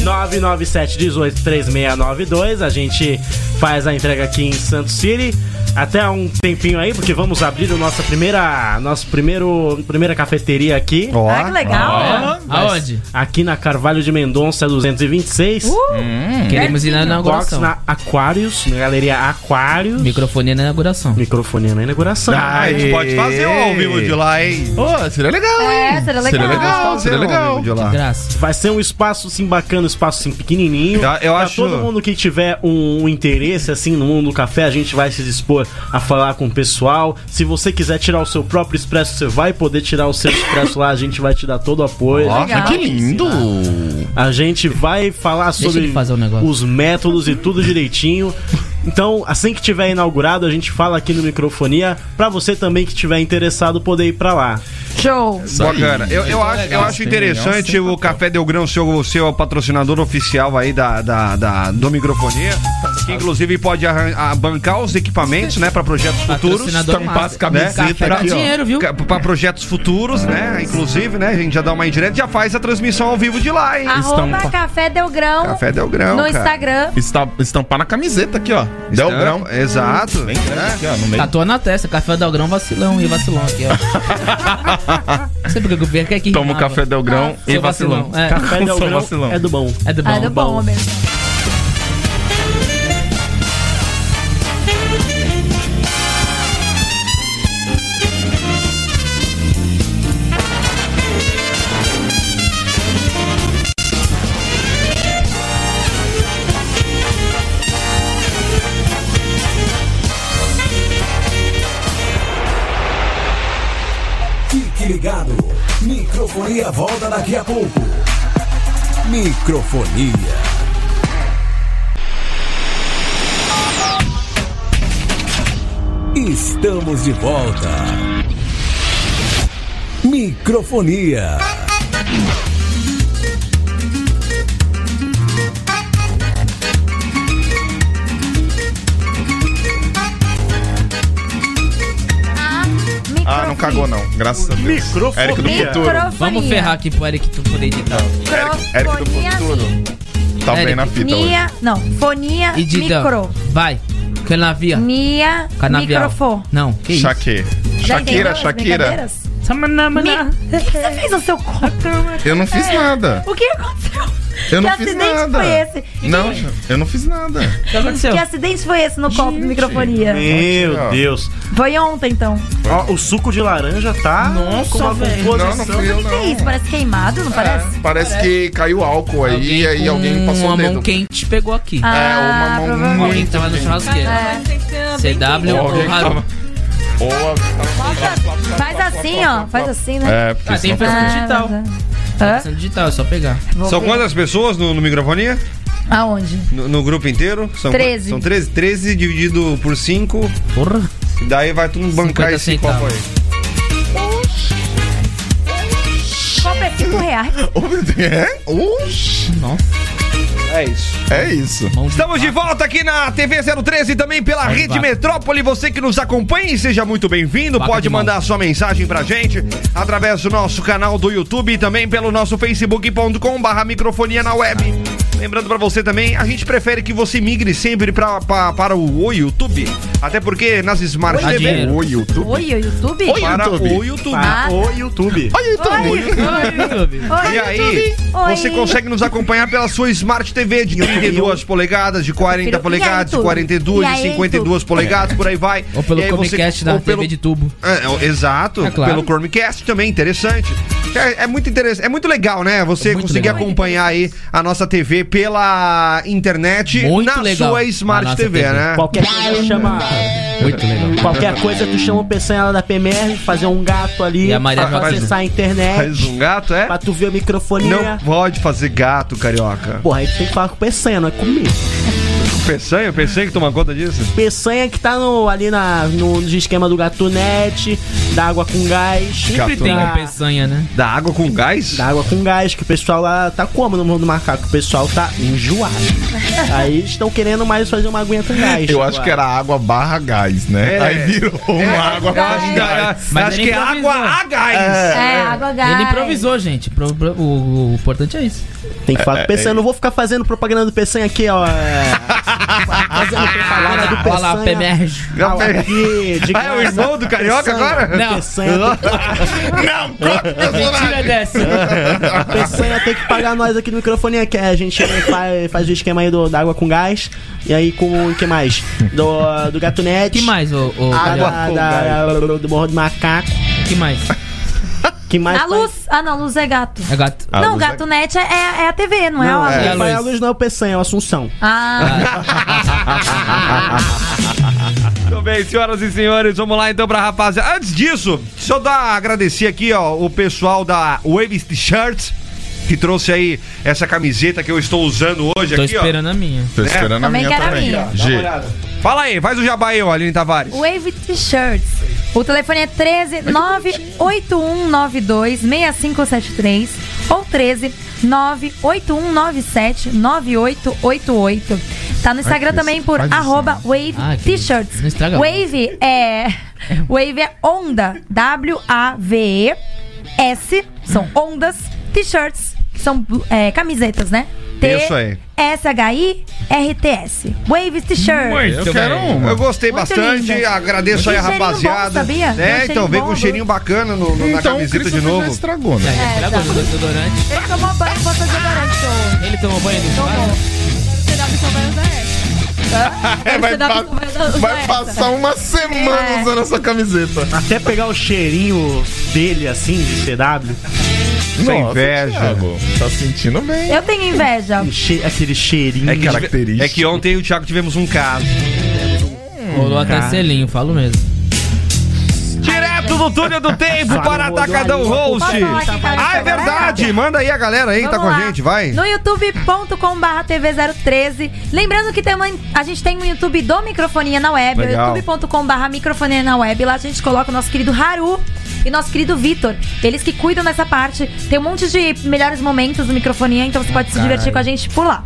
[SPEAKER 8] 997183692. A gente faz a entrega aqui em Santos City. Até um tempinho aí, porque vamos abrir o nossa primeira, nosso primeiro, primeira cafeteria aqui.
[SPEAKER 6] Ó.
[SPEAKER 4] Ah, que
[SPEAKER 7] é?
[SPEAKER 4] legal.
[SPEAKER 2] Aonde?
[SPEAKER 8] Aqui na Carvalho de Mendonça 226.
[SPEAKER 2] Uh!
[SPEAKER 7] hum,
[SPEAKER 2] Queremos ir na
[SPEAKER 8] Box
[SPEAKER 2] inauguração.
[SPEAKER 8] na Aquarius, na galeria Aquarius.
[SPEAKER 2] Microfonia na inauguração.
[SPEAKER 8] Microfonia na inauguração.
[SPEAKER 6] Ah, a gente pode fazer um ao vivo de lá, hein?
[SPEAKER 7] Pô, seria legal, hein?
[SPEAKER 4] É, seria legal.
[SPEAKER 7] Seria legal,
[SPEAKER 6] Vamos fazer
[SPEAKER 7] seria
[SPEAKER 6] um ao
[SPEAKER 7] legal.
[SPEAKER 6] vivo de lá.
[SPEAKER 2] Graça.
[SPEAKER 8] Vai ser um espaço assim bacana, um espaço assim pequenininho.
[SPEAKER 6] Tá, eu
[SPEAKER 8] pra
[SPEAKER 6] acho-
[SPEAKER 8] todo mundo que tiver um, um interesse assim no mundo do café, a gente vai se dispor a falar com o pessoal. Se você quiser tirar o seu próprio expresso, você vai poder tirar o seu expresso lá, a gente vai te dar todo o apoio.
[SPEAKER 7] Nossa, que lindo! né?
[SPEAKER 8] A gente vai falar
[SPEAKER 2] Deixa
[SPEAKER 8] sobre
[SPEAKER 2] ele fazer o negócio.
[SPEAKER 8] os métodos e tudo direitinho. Então, assim que tiver inaugurado, a gente fala aqui no microfonia pra você também que tiver interessado poder ir pra lá.
[SPEAKER 4] Show.
[SPEAKER 6] Bacana. Eu,
[SPEAKER 2] é
[SPEAKER 6] eu acho, eu
[SPEAKER 7] é legal,
[SPEAKER 6] acho
[SPEAKER 7] sim.
[SPEAKER 6] interessante o Café Del Grão ser o seu patrocinador oficial aí da, da, da- do microfonia. Que inclusive pode arran- a- bancar os equipamentos, né? Pra projetos futuros. Então,
[SPEAKER 2] Patrocinador
[SPEAKER 6] Tampar
[SPEAKER 2] massa. Né?
[SPEAKER 6] as cabeças,
[SPEAKER 2] Café dá
[SPEAKER 6] pra-
[SPEAKER 2] dinheiro, viu?
[SPEAKER 6] ca- Pra projetos futuros, né? Inclusive, né? A gente já dá uma indireta, já faz a transmissão ao vivo de lá, hein?
[SPEAKER 4] Arroba Café Del Grão
[SPEAKER 6] Café Del Grão.
[SPEAKER 4] no
[SPEAKER 6] cara.
[SPEAKER 4] Instagram.
[SPEAKER 7] Estam- Estampar na camiseta aqui, ó. Del
[SPEAKER 6] Estampa,
[SPEAKER 7] Grão.
[SPEAKER 6] Exato. Né?
[SPEAKER 7] Bem grande aqui, ó, no meio.
[SPEAKER 2] Tatua na testa, café Dalgrão vacilão e vacilão aqui, ó. Não sei porque eu vi aqui. é que
[SPEAKER 7] Toma o
[SPEAKER 2] rimava.
[SPEAKER 7] café Del Grão e
[SPEAKER 2] Sou
[SPEAKER 7] vacilão. Tá,
[SPEAKER 2] É,
[SPEAKER 8] Café Del
[SPEAKER 7] Sou
[SPEAKER 8] Grão
[SPEAKER 7] vacilão.
[SPEAKER 8] é do bom.
[SPEAKER 2] é do bom.
[SPEAKER 4] Ah, do bom mesmo.
[SPEAKER 11] Fique ligado. Microfonia volta daqui a pouco. Microfonia. Estamos de volta. Microfonia.
[SPEAKER 7] Ah, não cagou não, graças a Deus.
[SPEAKER 8] Microfonia.
[SPEAKER 7] Érico do futuro.
[SPEAKER 4] Microfonia.
[SPEAKER 2] Vamos ferrar aqui pro Eric tu poder editar.
[SPEAKER 7] Érico, Érico do futuro. Tá
[SPEAKER 2] Érico.
[SPEAKER 7] bem na fita hoje.
[SPEAKER 4] Nia, não, fonia,
[SPEAKER 2] E Didão,
[SPEAKER 4] micro.
[SPEAKER 2] Vai. Canavia.
[SPEAKER 4] Nia,
[SPEAKER 2] Canavial.
[SPEAKER 4] microfone.
[SPEAKER 2] Não, que isso?
[SPEAKER 7] Shakira.
[SPEAKER 4] Já entendeu
[SPEAKER 7] Shakira,
[SPEAKER 4] as
[SPEAKER 7] Shakira.
[SPEAKER 4] brincadeiras? Mi- O que você fez no seu corpo?
[SPEAKER 7] Eu não fiz nada.
[SPEAKER 4] O que aconteceu?
[SPEAKER 7] Eu não
[SPEAKER 4] É. que
[SPEAKER 7] fiz
[SPEAKER 4] acidente
[SPEAKER 7] nada.
[SPEAKER 4] foi esse?
[SPEAKER 7] Não, eu não fiz nada.
[SPEAKER 2] O que aconteceu?
[SPEAKER 4] Que acidente foi esse no copo do microfonia?
[SPEAKER 8] Meu
[SPEAKER 7] Ó.
[SPEAKER 8] Deus.
[SPEAKER 4] Foi ontem, então.
[SPEAKER 8] Ó, o suco de laranja tá
[SPEAKER 2] Nossa,
[SPEAKER 8] com uma
[SPEAKER 2] velho.
[SPEAKER 7] Não, não
[SPEAKER 8] composição.
[SPEAKER 7] fui eu
[SPEAKER 4] O que é
[SPEAKER 7] não.
[SPEAKER 4] isso? Parece queimado, não parece?
[SPEAKER 7] Parece, que caiu álcool aí e aí alguém passou
[SPEAKER 2] uma
[SPEAKER 7] o
[SPEAKER 2] mão
[SPEAKER 7] dedo. É,
[SPEAKER 2] quente pegou aqui.
[SPEAKER 4] Ah, é.
[SPEAKER 7] uma mão
[SPEAKER 4] provavelmente.
[SPEAKER 2] Alguém
[SPEAKER 7] Então,
[SPEAKER 2] que tava no churrasqueiro.
[SPEAKER 9] Caramba, mas tem que ser bem
[SPEAKER 2] CW
[SPEAKER 9] quente.
[SPEAKER 7] Ou alguém
[SPEAKER 2] ou Haru.
[SPEAKER 7] tava- Ou a-
[SPEAKER 4] Nossa, Faz assim, ó. Faz assim, né?
[SPEAKER 7] É, porque
[SPEAKER 2] Ah, tem
[SPEAKER 7] senão-
[SPEAKER 2] impressão digital.
[SPEAKER 4] mas- é. Hã?
[SPEAKER 2] Impressão digital, é só pegar.
[SPEAKER 4] Vou
[SPEAKER 6] São
[SPEAKER 4] ver.
[SPEAKER 6] quantas pessoas no, no microfonia?
[SPEAKER 4] Aonde?
[SPEAKER 6] No, no grupo inteiro? São
[SPEAKER 4] Treze.
[SPEAKER 6] São 13? 13 dividido por 5.
[SPEAKER 2] Porra.
[SPEAKER 6] Daí vai todo mundo bancar
[SPEAKER 2] 50
[SPEAKER 6] esse copo
[SPEAKER 2] centavos.
[SPEAKER 6] aí.
[SPEAKER 4] Copo é 5 reais.
[SPEAKER 7] É? Oxi.
[SPEAKER 2] Nossa,
[SPEAKER 6] É isso.
[SPEAKER 7] É isso.
[SPEAKER 2] mão de
[SPEAKER 6] Estamos de volta aqui na TV 013 e também pela
[SPEAKER 2] Vai,
[SPEAKER 6] Rede
[SPEAKER 2] vai.
[SPEAKER 6] Metrópole. Você que nos acompanha, seja muito bem-vindo.
[SPEAKER 2] Vaca
[SPEAKER 6] Pode
[SPEAKER 2] de mão.
[SPEAKER 6] mandar sua mensagem pra gente através do nosso canal do YouTube e também pelo nosso facebook.com barra microfonia na web. Lembrando pra você também, a gente prefere que você migre sempre pra, pra- para o Oi YouTube. Até porque nas Smart
[SPEAKER 2] Dá
[SPEAKER 6] TV.
[SPEAKER 2] dinheiro.
[SPEAKER 7] Oi, YouTube.
[SPEAKER 4] Oi, o YouTube?
[SPEAKER 7] Oi,
[SPEAKER 6] Para
[SPEAKER 7] YouTube.
[SPEAKER 6] o YouTube.
[SPEAKER 4] Ah.
[SPEAKER 8] O YouTube.
[SPEAKER 7] Oi, YouTube.
[SPEAKER 4] Oi,
[SPEAKER 6] E aí,
[SPEAKER 4] Oi.
[SPEAKER 6] você consegue nos acompanhar pela sua Smart TV de 32 polegadas, de 40
[SPEAKER 4] Prefiro-
[SPEAKER 6] polegadas,
[SPEAKER 4] e aí,
[SPEAKER 6] de
[SPEAKER 4] tubo?
[SPEAKER 6] 42,
[SPEAKER 4] E
[SPEAKER 6] de
[SPEAKER 4] aí,
[SPEAKER 6] 52 polegadas, por aí vai.
[SPEAKER 2] Ou pelo
[SPEAKER 6] E aí você-
[SPEAKER 2] Comicast da
[SPEAKER 6] ou pelo-
[SPEAKER 2] TV de tubo.
[SPEAKER 6] É, é, exato,
[SPEAKER 2] É claro.
[SPEAKER 6] pelo Chromecast também, interessante. É, é muito interessante, é muito legal, né? Você
[SPEAKER 2] É muito
[SPEAKER 6] conseguir
[SPEAKER 2] legal.
[SPEAKER 6] acompanhar aí a nossa TV pela internet
[SPEAKER 2] Muito
[SPEAKER 6] na
[SPEAKER 2] legal.
[SPEAKER 6] sua Smart
[SPEAKER 2] Na nossa
[SPEAKER 6] TV,
[SPEAKER 2] TV.
[SPEAKER 6] né?
[SPEAKER 8] Qualquer coisa chama.
[SPEAKER 6] É.
[SPEAKER 2] Muito legal.
[SPEAKER 8] Qualquer coisa tu chama o Peçanha da PMR, fazer um gato ali
[SPEAKER 2] E a Maria
[SPEAKER 8] pra tu
[SPEAKER 2] faz um-
[SPEAKER 8] acessar a
[SPEAKER 6] Faz
[SPEAKER 8] internet,
[SPEAKER 6] um gato, é?
[SPEAKER 8] pra tu ver a microfonia.
[SPEAKER 6] Não pode fazer gato, carioca.
[SPEAKER 8] Porra, aí tu tem que falar com o Peçanha, não é comigo.
[SPEAKER 6] Peçanha, Peçanha que toma conta disso?
[SPEAKER 8] Peçanha que tá no, ali na, no, no esquema do gatunete, da água com gás.
[SPEAKER 2] Sempre tem uma peçanha, né?
[SPEAKER 6] Da água com gás?
[SPEAKER 8] Da água com gás, que o pessoal lá tá como no mundo do macaco? O pessoal tá enjoado. Aí eles estão querendo mais fazer uma aguinha com gás. tipo, ah,
[SPEAKER 7] Eu acho que era água barra gás, né?
[SPEAKER 6] É.
[SPEAKER 7] Aí virou uma água
[SPEAKER 6] Eu
[SPEAKER 7] barra
[SPEAKER 6] acho, que-
[SPEAKER 7] gás.
[SPEAKER 2] Mas
[SPEAKER 6] acho
[SPEAKER 2] ele
[SPEAKER 6] que é
[SPEAKER 2] improvisou.
[SPEAKER 6] água a gás.
[SPEAKER 4] É, água gás.
[SPEAKER 2] Ele improvisou, gente. Pro- pro- o, o importante é isso.
[SPEAKER 8] Tem que falar do
[SPEAKER 7] é,
[SPEAKER 8] Peçanha. Eu não vou ficar fazendo propaganda do Peçanha aqui, ó. é, fazendo propaganda do
[SPEAKER 2] Olha lá,
[SPEAKER 8] Peçanha.
[SPEAKER 4] É,
[SPEAKER 2] PMR.
[SPEAKER 8] Ah, aqui, de
[SPEAKER 6] Ah, é o
[SPEAKER 8] graça.
[SPEAKER 6] irmão do carioca
[SPEAKER 8] Peçanha.
[SPEAKER 6] agora?
[SPEAKER 2] Não.
[SPEAKER 8] Peçanha, tem
[SPEAKER 7] Não, corta o
[SPEAKER 2] Mentira
[SPEAKER 7] personagem.
[SPEAKER 2] dessa.
[SPEAKER 8] que- Peçanha tem que pagar nós aqui no microfone, que a gente faz, faz o esquema aí do, da água com gás. E aí com o que mais? Do, do gatunete.
[SPEAKER 2] que mais, ô, ô
[SPEAKER 8] Da-
[SPEAKER 2] Gabriel?
[SPEAKER 8] da- da- do Morro do Macaco.
[SPEAKER 2] Que mais?
[SPEAKER 8] Que mais?
[SPEAKER 4] A luz. Ah, não, luz é gato.
[SPEAKER 2] É gato.
[SPEAKER 6] Ah,
[SPEAKER 7] A
[SPEAKER 4] não,
[SPEAKER 7] luz
[SPEAKER 4] gato net é, é a TV, não, é
[SPEAKER 8] Não,
[SPEAKER 4] a
[SPEAKER 8] é,
[SPEAKER 4] luz.
[SPEAKER 2] a luz.
[SPEAKER 8] pai, a luz não é o Peçanha, é o Assunção.
[SPEAKER 4] Ah,
[SPEAKER 6] Muito bem, senhoras e senhores, vamos lá então pra rapaziada. Antes disso, deixa eu dar, agradecer aqui ó, o pessoal da Waves T-Shirts, que trouxe aí essa camiseta que eu estou usando hoje
[SPEAKER 2] Tô
[SPEAKER 6] aqui,
[SPEAKER 2] esperando a minha.
[SPEAKER 7] Tô esperando a
[SPEAKER 4] Também
[SPEAKER 7] minha
[SPEAKER 4] quero a
[SPEAKER 7] também.
[SPEAKER 4] minha.
[SPEAKER 7] G.
[SPEAKER 6] ó. Fala aí, faz o jabá aí, ó, Aline Tavares.
[SPEAKER 4] Wave T-shirts. O telefone é 13 98192 6573 ou 13 98197 9888. Tá no Instagram
[SPEAKER 7] Ai, que
[SPEAKER 4] também
[SPEAKER 7] isso.
[SPEAKER 4] por
[SPEAKER 7] Faz isso, né?
[SPEAKER 4] arroba
[SPEAKER 7] não.
[SPEAKER 4] Wave
[SPEAKER 2] Ah, que
[SPEAKER 4] T-shirts.
[SPEAKER 2] não estraga a
[SPEAKER 4] Wave é. Wave é onda. W-A-V-E S são ondas. T-shirts que são é, camisetas, né? T
[SPEAKER 6] Isso aí.
[SPEAKER 4] S-H-I-R-T-S. Wave T-shirt.
[SPEAKER 7] Eu quero
[SPEAKER 2] bem.
[SPEAKER 7] uma.
[SPEAKER 6] Eu gostei
[SPEAKER 4] Muito
[SPEAKER 6] bastante,
[SPEAKER 4] linda.
[SPEAKER 6] agradeço aí a
[SPEAKER 4] Cheirinho bom,
[SPEAKER 6] rapaziada.
[SPEAKER 4] sabia? Tem um
[SPEAKER 6] É, então
[SPEAKER 4] cheirinho
[SPEAKER 6] vem
[SPEAKER 4] bom
[SPEAKER 6] com um
[SPEAKER 4] do-
[SPEAKER 6] cheirinho bacana no, no- na
[SPEAKER 7] Então,
[SPEAKER 6] camiseta de
[SPEAKER 7] Christopher já
[SPEAKER 6] novo.
[SPEAKER 7] estragou, né?
[SPEAKER 2] É, estragou o desodorante.
[SPEAKER 4] tá. Ele tomou banho e botou desodorante. seu-
[SPEAKER 2] Ele tomou banho do
[SPEAKER 4] Tomou.
[SPEAKER 9] Será que só vai usar essa?
[SPEAKER 7] É, vai,
[SPEAKER 9] Você dá
[SPEAKER 7] pa-
[SPEAKER 9] pra- vai dar-
[SPEAKER 7] vai
[SPEAKER 9] essa.
[SPEAKER 7] passar uma semana
[SPEAKER 4] né? É.
[SPEAKER 7] usando essa camiseta.
[SPEAKER 8] Até pegar o cheirinho dele, assim, de CW.
[SPEAKER 6] Sem
[SPEAKER 7] Nossa,
[SPEAKER 6] inveja.
[SPEAKER 7] Thiago, Tá sentindo bem.
[SPEAKER 4] Eu tenho inveja.
[SPEAKER 8] um che- aquele cheirinho.
[SPEAKER 6] É que,
[SPEAKER 7] Característica.
[SPEAKER 6] é que ontem eu e o Thiago tivemos um caso.
[SPEAKER 2] Rolou até selinho, falo mesmo.
[SPEAKER 6] Direto do túnel do tempo para Atacadão Host.
[SPEAKER 4] Posso falar quem tá
[SPEAKER 6] Ah, é
[SPEAKER 4] nessa galera?
[SPEAKER 6] verdade. Manda aí a galera aí que tá com
[SPEAKER 4] Vamos
[SPEAKER 6] a
[SPEAKER 4] lá.
[SPEAKER 6] gente, vai.
[SPEAKER 4] No youtube.com.br TV013. Lembrando que tem uma- a gente tem um YouTube do Microfonia na web. é
[SPEAKER 6] Legal.
[SPEAKER 4] youtube.com.br Microfonia na web. Lá a gente coloca o nosso querido Haru e nosso querido Vitor. Eles que cuidam dessa parte. Tem um monte de melhores momentos do Microfonia, então você pode se divertir com a gente por lá.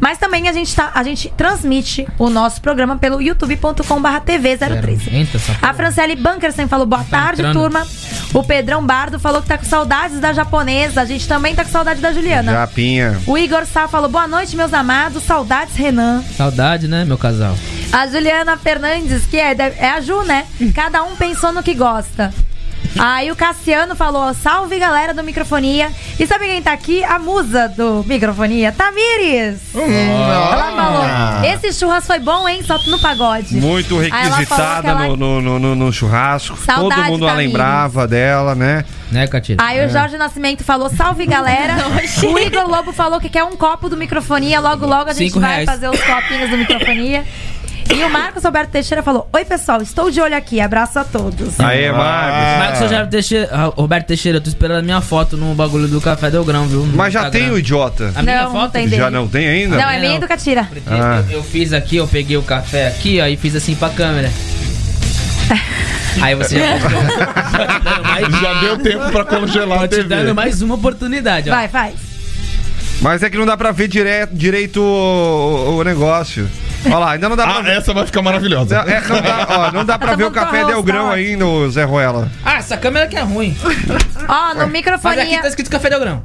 [SPEAKER 4] Mas também a gente, tá, a gente transmite o nosso programa pelo youtube.com.br TV013.
[SPEAKER 2] Entra essa
[SPEAKER 4] A Franciele Bunkersen falou boa tarde,
[SPEAKER 2] entrando.
[SPEAKER 4] turma. O Pedrão Bardo falou que tá com saudades da japonesa. A gente também tá com saudade da Juliana.
[SPEAKER 6] Japinha.
[SPEAKER 4] O Igor Sá falou boa noite, meus amados. Saudades, Renan.
[SPEAKER 2] Saudade, né, meu casal?
[SPEAKER 4] A Juliana Fernandes, que é, é a Ju, né? Cada um pensou no que gosta. Aí o Cassiano falou: salve galera do Microfonia. E sabe quem tá aqui? A musa do Microfonia, Tamires. Hum, Ela
[SPEAKER 7] Ah.
[SPEAKER 4] falou: esse churras foi bom, hein? Só no pagode.
[SPEAKER 6] Muito
[SPEAKER 4] Aí ela falou
[SPEAKER 6] requisitada
[SPEAKER 4] que ela-
[SPEAKER 6] no, no, no- no- no churrasco.
[SPEAKER 4] Saudade
[SPEAKER 6] Todo mundo a
[SPEAKER 4] da Mimi.
[SPEAKER 6] lembrava dela, né?
[SPEAKER 2] Né, Catira?
[SPEAKER 4] Aí o Jorge Nascimento falou: salve galera. o Igor Lobo falou que quer um copo do microfonia. Logo, logo a gente
[SPEAKER 2] Cinco
[SPEAKER 4] vai
[SPEAKER 2] reais.
[SPEAKER 4] fazer os copinhos do microfonia. E o Marcos Roberto Teixeira falou: Oi, pessoal, estou de olho aqui. Abraço a todos.
[SPEAKER 6] Aê, Marcos.
[SPEAKER 2] Marcos Roberto Teixeira, ah, Roberto Teixeira, eu tô esperando a minha foto no bagulho do Café Delgrão, viu? No
[SPEAKER 6] Mas já
[SPEAKER 2] Instagram.
[SPEAKER 6] tem o idiota.
[SPEAKER 2] A minha
[SPEAKER 4] Não,
[SPEAKER 2] foto?
[SPEAKER 4] não tem dele.
[SPEAKER 6] Já não tem ainda?
[SPEAKER 4] Não, é
[SPEAKER 2] Não.
[SPEAKER 4] meio do Catira.
[SPEAKER 2] Porque
[SPEAKER 6] Ah.
[SPEAKER 2] Eu, eu fiz aqui, eu peguei o café aqui, ó, e fiz assim pra câmera. Aí você já postou. Tô te dando mais-
[SPEAKER 7] Já deu tempo pra congelar
[SPEAKER 2] Tô
[SPEAKER 7] a
[SPEAKER 2] te
[SPEAKER 7] TV.
[SPEAKER 2] dando mais uma oportunidade, ó.
[SPEAKER 4] Vai, faz.
[SPEAKER 6] Mas é que não dá pra ver dire- direito o, o- o negócio. Olha lá, ainda não dá pra
[SPEAKER 7] Ah,
[SPEAKER 6] ver.
[SPEAKER 7] essa vai ficar maravilhosa.
[SPEAKER 6] É, não dá, ó, não dá pra
[SPEAKER 4] Tá
[SPEAKER 6] ver o
[SPEAKER 4] tomando
[SPEAKER 6] café
[SPEAKER 4] arroz,
[SPEAKER 6] Del Grão
[SPEAKER 4] tá
[SPEAKER 6] ainda, ô Zé Ruela.
[SPEAKER 2] Ah, essa câmera que é ruim.
[SPEAKER 4] Ó, no
[SPEAKER 2] Mas aqui
[SPEAKER 4] microfonia.
[SPEAKER 2] tá escrito Café Delgrão.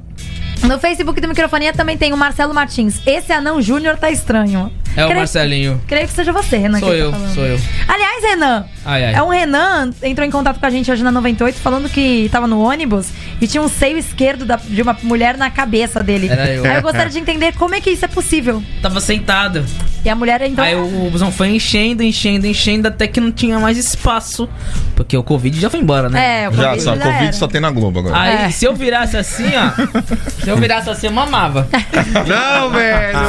[SPEAKER 4] No Facebook do Microfonia também tem o Marcelo Martins. Esse anão júnior tá estranho.
[SPEAKER 2] É o
[SPEAKER 4] Creio-
[SPEAKER 2] Marcelinho.
[SPEAKER 4] Creio que seja você, Renan. que
[SPEAKER 2] Sou
[SPEAKER 4] ele tá
[SPEAKER 2] eu,
[SPEAKER 4] falando.
[SPEAKER 2] sou eu.
[SPEAKER 4] Aliás, Renan,
[SPEAKER 2] Ai, ai.
[SPEAKER 4] é um Renan entrou em contato com a gente hoje na 98 falando que tava no ônibus e tinha um seio esquerdo da- de uma mulher na cabeça dele.
[SPEAKER 2] Era eu.
[SPEAKER 4] Aí eu gostaria de entender como é que isso é possível.
[SPEAKER 2] Tava sentado.
[SPEAKER 4] E a mulher então.
[SPEAKER 2] Aí o busão foi enchendo, enchendo, enchendo, até que não tinha mais espaço. Porque o Covid já foi embora, né?
[SPEAKER 4] É, o Já, Covid só- já Covid era. só
[SPEAKER 7] tem na Globo
[SPEAKER 2] Aí,
[SPEAKER 4] É.
[SPEAKER 2] se eu virasse assim, ó. se eu virasse assim, eu mamava.
[SPEAKER 6] Não, velho!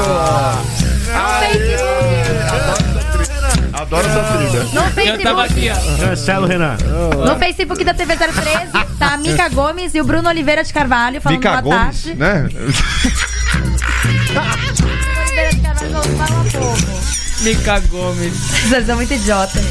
[SPEAKER 7] Adoro essa trilha.
[SPEAKER 4] No Facebook,
[SPEAKER 2] Eu tava aqui, ó.
[SPEAKER 8] Marcelo é Renan.
[SPEAKER 4] no Facebook da TV 013 tá a Mica Gomes e o Bruno Oliveira de Carvalho falando
[SPEAKER 6] Mica
[SPEAKER 4] boa
[SPEAKER 6] Gomes,
[SPEAKER 4] tarde.
[SPEAKER 6] né?
[SPEAKER 4] Bruno Oliveira de Carvalho falando, fala pouco.
[SPEAKER 2] Mica Gomes.
[SPEAKER 4] Vocês são muito idiotas.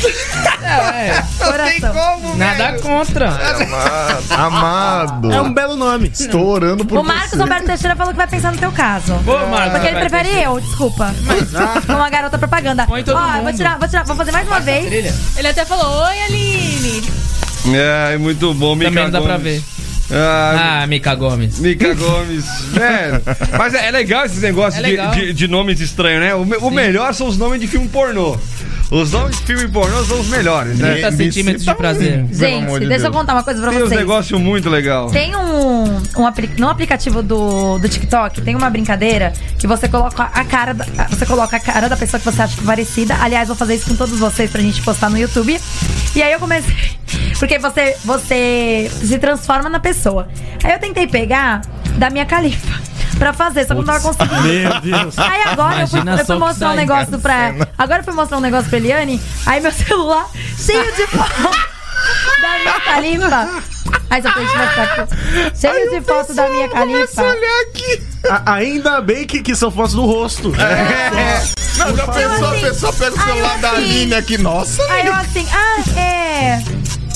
[SPEAKER 4] Coração.
[SPEAKER 6] como,
[SPEAKER 2] É, Nada contra. É
[SPEAKER 7] Amado.
[SPEAKER 8] É um belo nome.
[SPEAKER 7] Estourando por
[SPEAKER 4] O Marcos é um Roberto Teixeira falou que vai pensar no teu caso.
[SPEAKER 2] Boa, Marcos.
[SPEAKER 4] Porque ele
[SPEAKER 2] Roberto.
[SPEAKER 4] prefere eu, desculpa. Com uma garota propaganda.
[SPEAKER 2] Põe todo
[SPEAKER 4] Ó,
[SPEAKER 2] mundo.
[SPEAKER 4] vou tirar, vou tirar, vou fazer mais uma vez.
[SPEAKER 2] Trilha?
[SPEAKER 9] Ele até falou, oi Aline.
[SPEAKER 6] É, muito bom, Mica
[SPEAKER 2] Também não dá pra
[SPEAKER 6] Gomes.
[SPEAKER 2] ver.
[SPEAKER 6] Ah,
[SPEAKER 2] Ah, Mica Gomes.
[SPEAKER 6] Mica Gomes. É, mas é, é legal esses negócios
[SPEAKER 2] É
[SPEAKER 6] de-
[SPEAKER 2] legal.
[SPEAKER 6] De, de nomes estranhos, né? O, me- o melhor são os nomes de filme pornô. Os nomes de filme pornô são os melhores, né?
[SPEAKER 2] 30 centímetros de prazer.
[SPEAKER 4] Gente,
[SPEAKER 7] um amor de
[SPEAKER 4] deixa eu
[SPEAKER 7] Deus.
[SPEAKER 4] contar uma coisa pra
[SPEAKER 6] Tem uns
[SPEAKER 4] vocês.
[SPEAKER 6] negócios muito legal.
[SPEAKER 4] Tem um, um apli- no aplicativo do, do TikTok, tem uma brincadeira que você coloca a cara da, você coloca a cara da pessoa que você acha parecida. Aliás, vou fazer isso com todos vocês pra gente postar no YouTube. E aí eu comecei porque você você se transforma na pessoa. Aí eu tentei pegar da minha califa pra fazer, só que eu não tava conseguindo.
[SPEAKER 8] Meu Deus.
[SPEAKER 4] Aí agora eu fui,
[SPEAKER 2] Imagina
[SPEAKER 4] eu fui
[SPEAKER 2] só que
[SPEAKER 4] mostrar um
[SPEAKER 2] sai
[SPEAKER 4] negócio pra. Agora eu fui mostrar um negócio pra Eliane, aí meu celular cheio de foto da minha califa. Aí só tem que mostrar aqui. Cheio de foto da minha califa.
[SPEAKER 8] A- ainda bem que, que são fotos do rosto. Né?
[SPEAKER 7] Não, já pensou,
[SPEAKER 4] assim,
[SPEAKER 7] a pessoa pega o
[SPEAKER 4] aí eu
[SPEAKER 7] celular da
[SPEAKER 4] assim.
[SPEAKER 7] Aline aqui, nossa.
[SPEAKER 4] Aí eu assim, ah, é.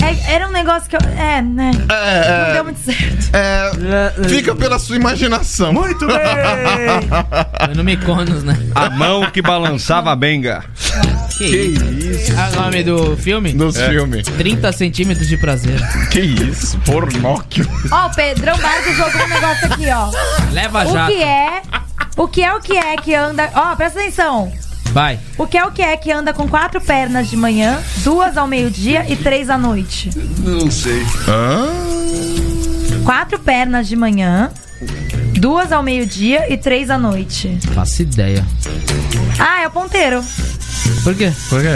[SPEAKER 4] é, Era um negócio que eu. É, né? Não
[SPEAKER 7] É,
[SPEAKER 4] deu muito certo.
[SPEAKER 7] é, é, fica pela sua imaginação.
[SPEAKER 8] Muito bem.
[SPEAKER 2] Foi no Miconos, né?
[SPEAKER 6] A mão que balançava a benga.
[SPEAKER 2] Que, isso. Ah, o nome do filme?
[SPEAKER 7] Nos filmes.
[SPEAKER 2] 30 centímetros de prazer.
[SPEAKER 7] Que isso, pornóquio.
[SPEAKER 4] Ó, o Pedrão Barco jogou um negócio aqui, ó.
[SPEAKER 2] Leva
[SPEAKER 4] O
[SPEAKER 2] já.
[SPEAKER 4] que é. O que é o que é que anda. Ó, presta atenção.
[SPEAKER 2] Vai.
[SPEAKER 4] O que é o que é que anda com quatro pernas de manhã, duas ao meio-dia e três à noite?
[SPEAKER 6] Não sei.
[SPEAKER 4] Quatro pernas de manhã, duas ao meio-dia e três à noite.
[SPEAKER 2] Faço ideia.
[SPEAKER 4] Ah, é o ponteiro.
[SPEAKER 2] Por quê?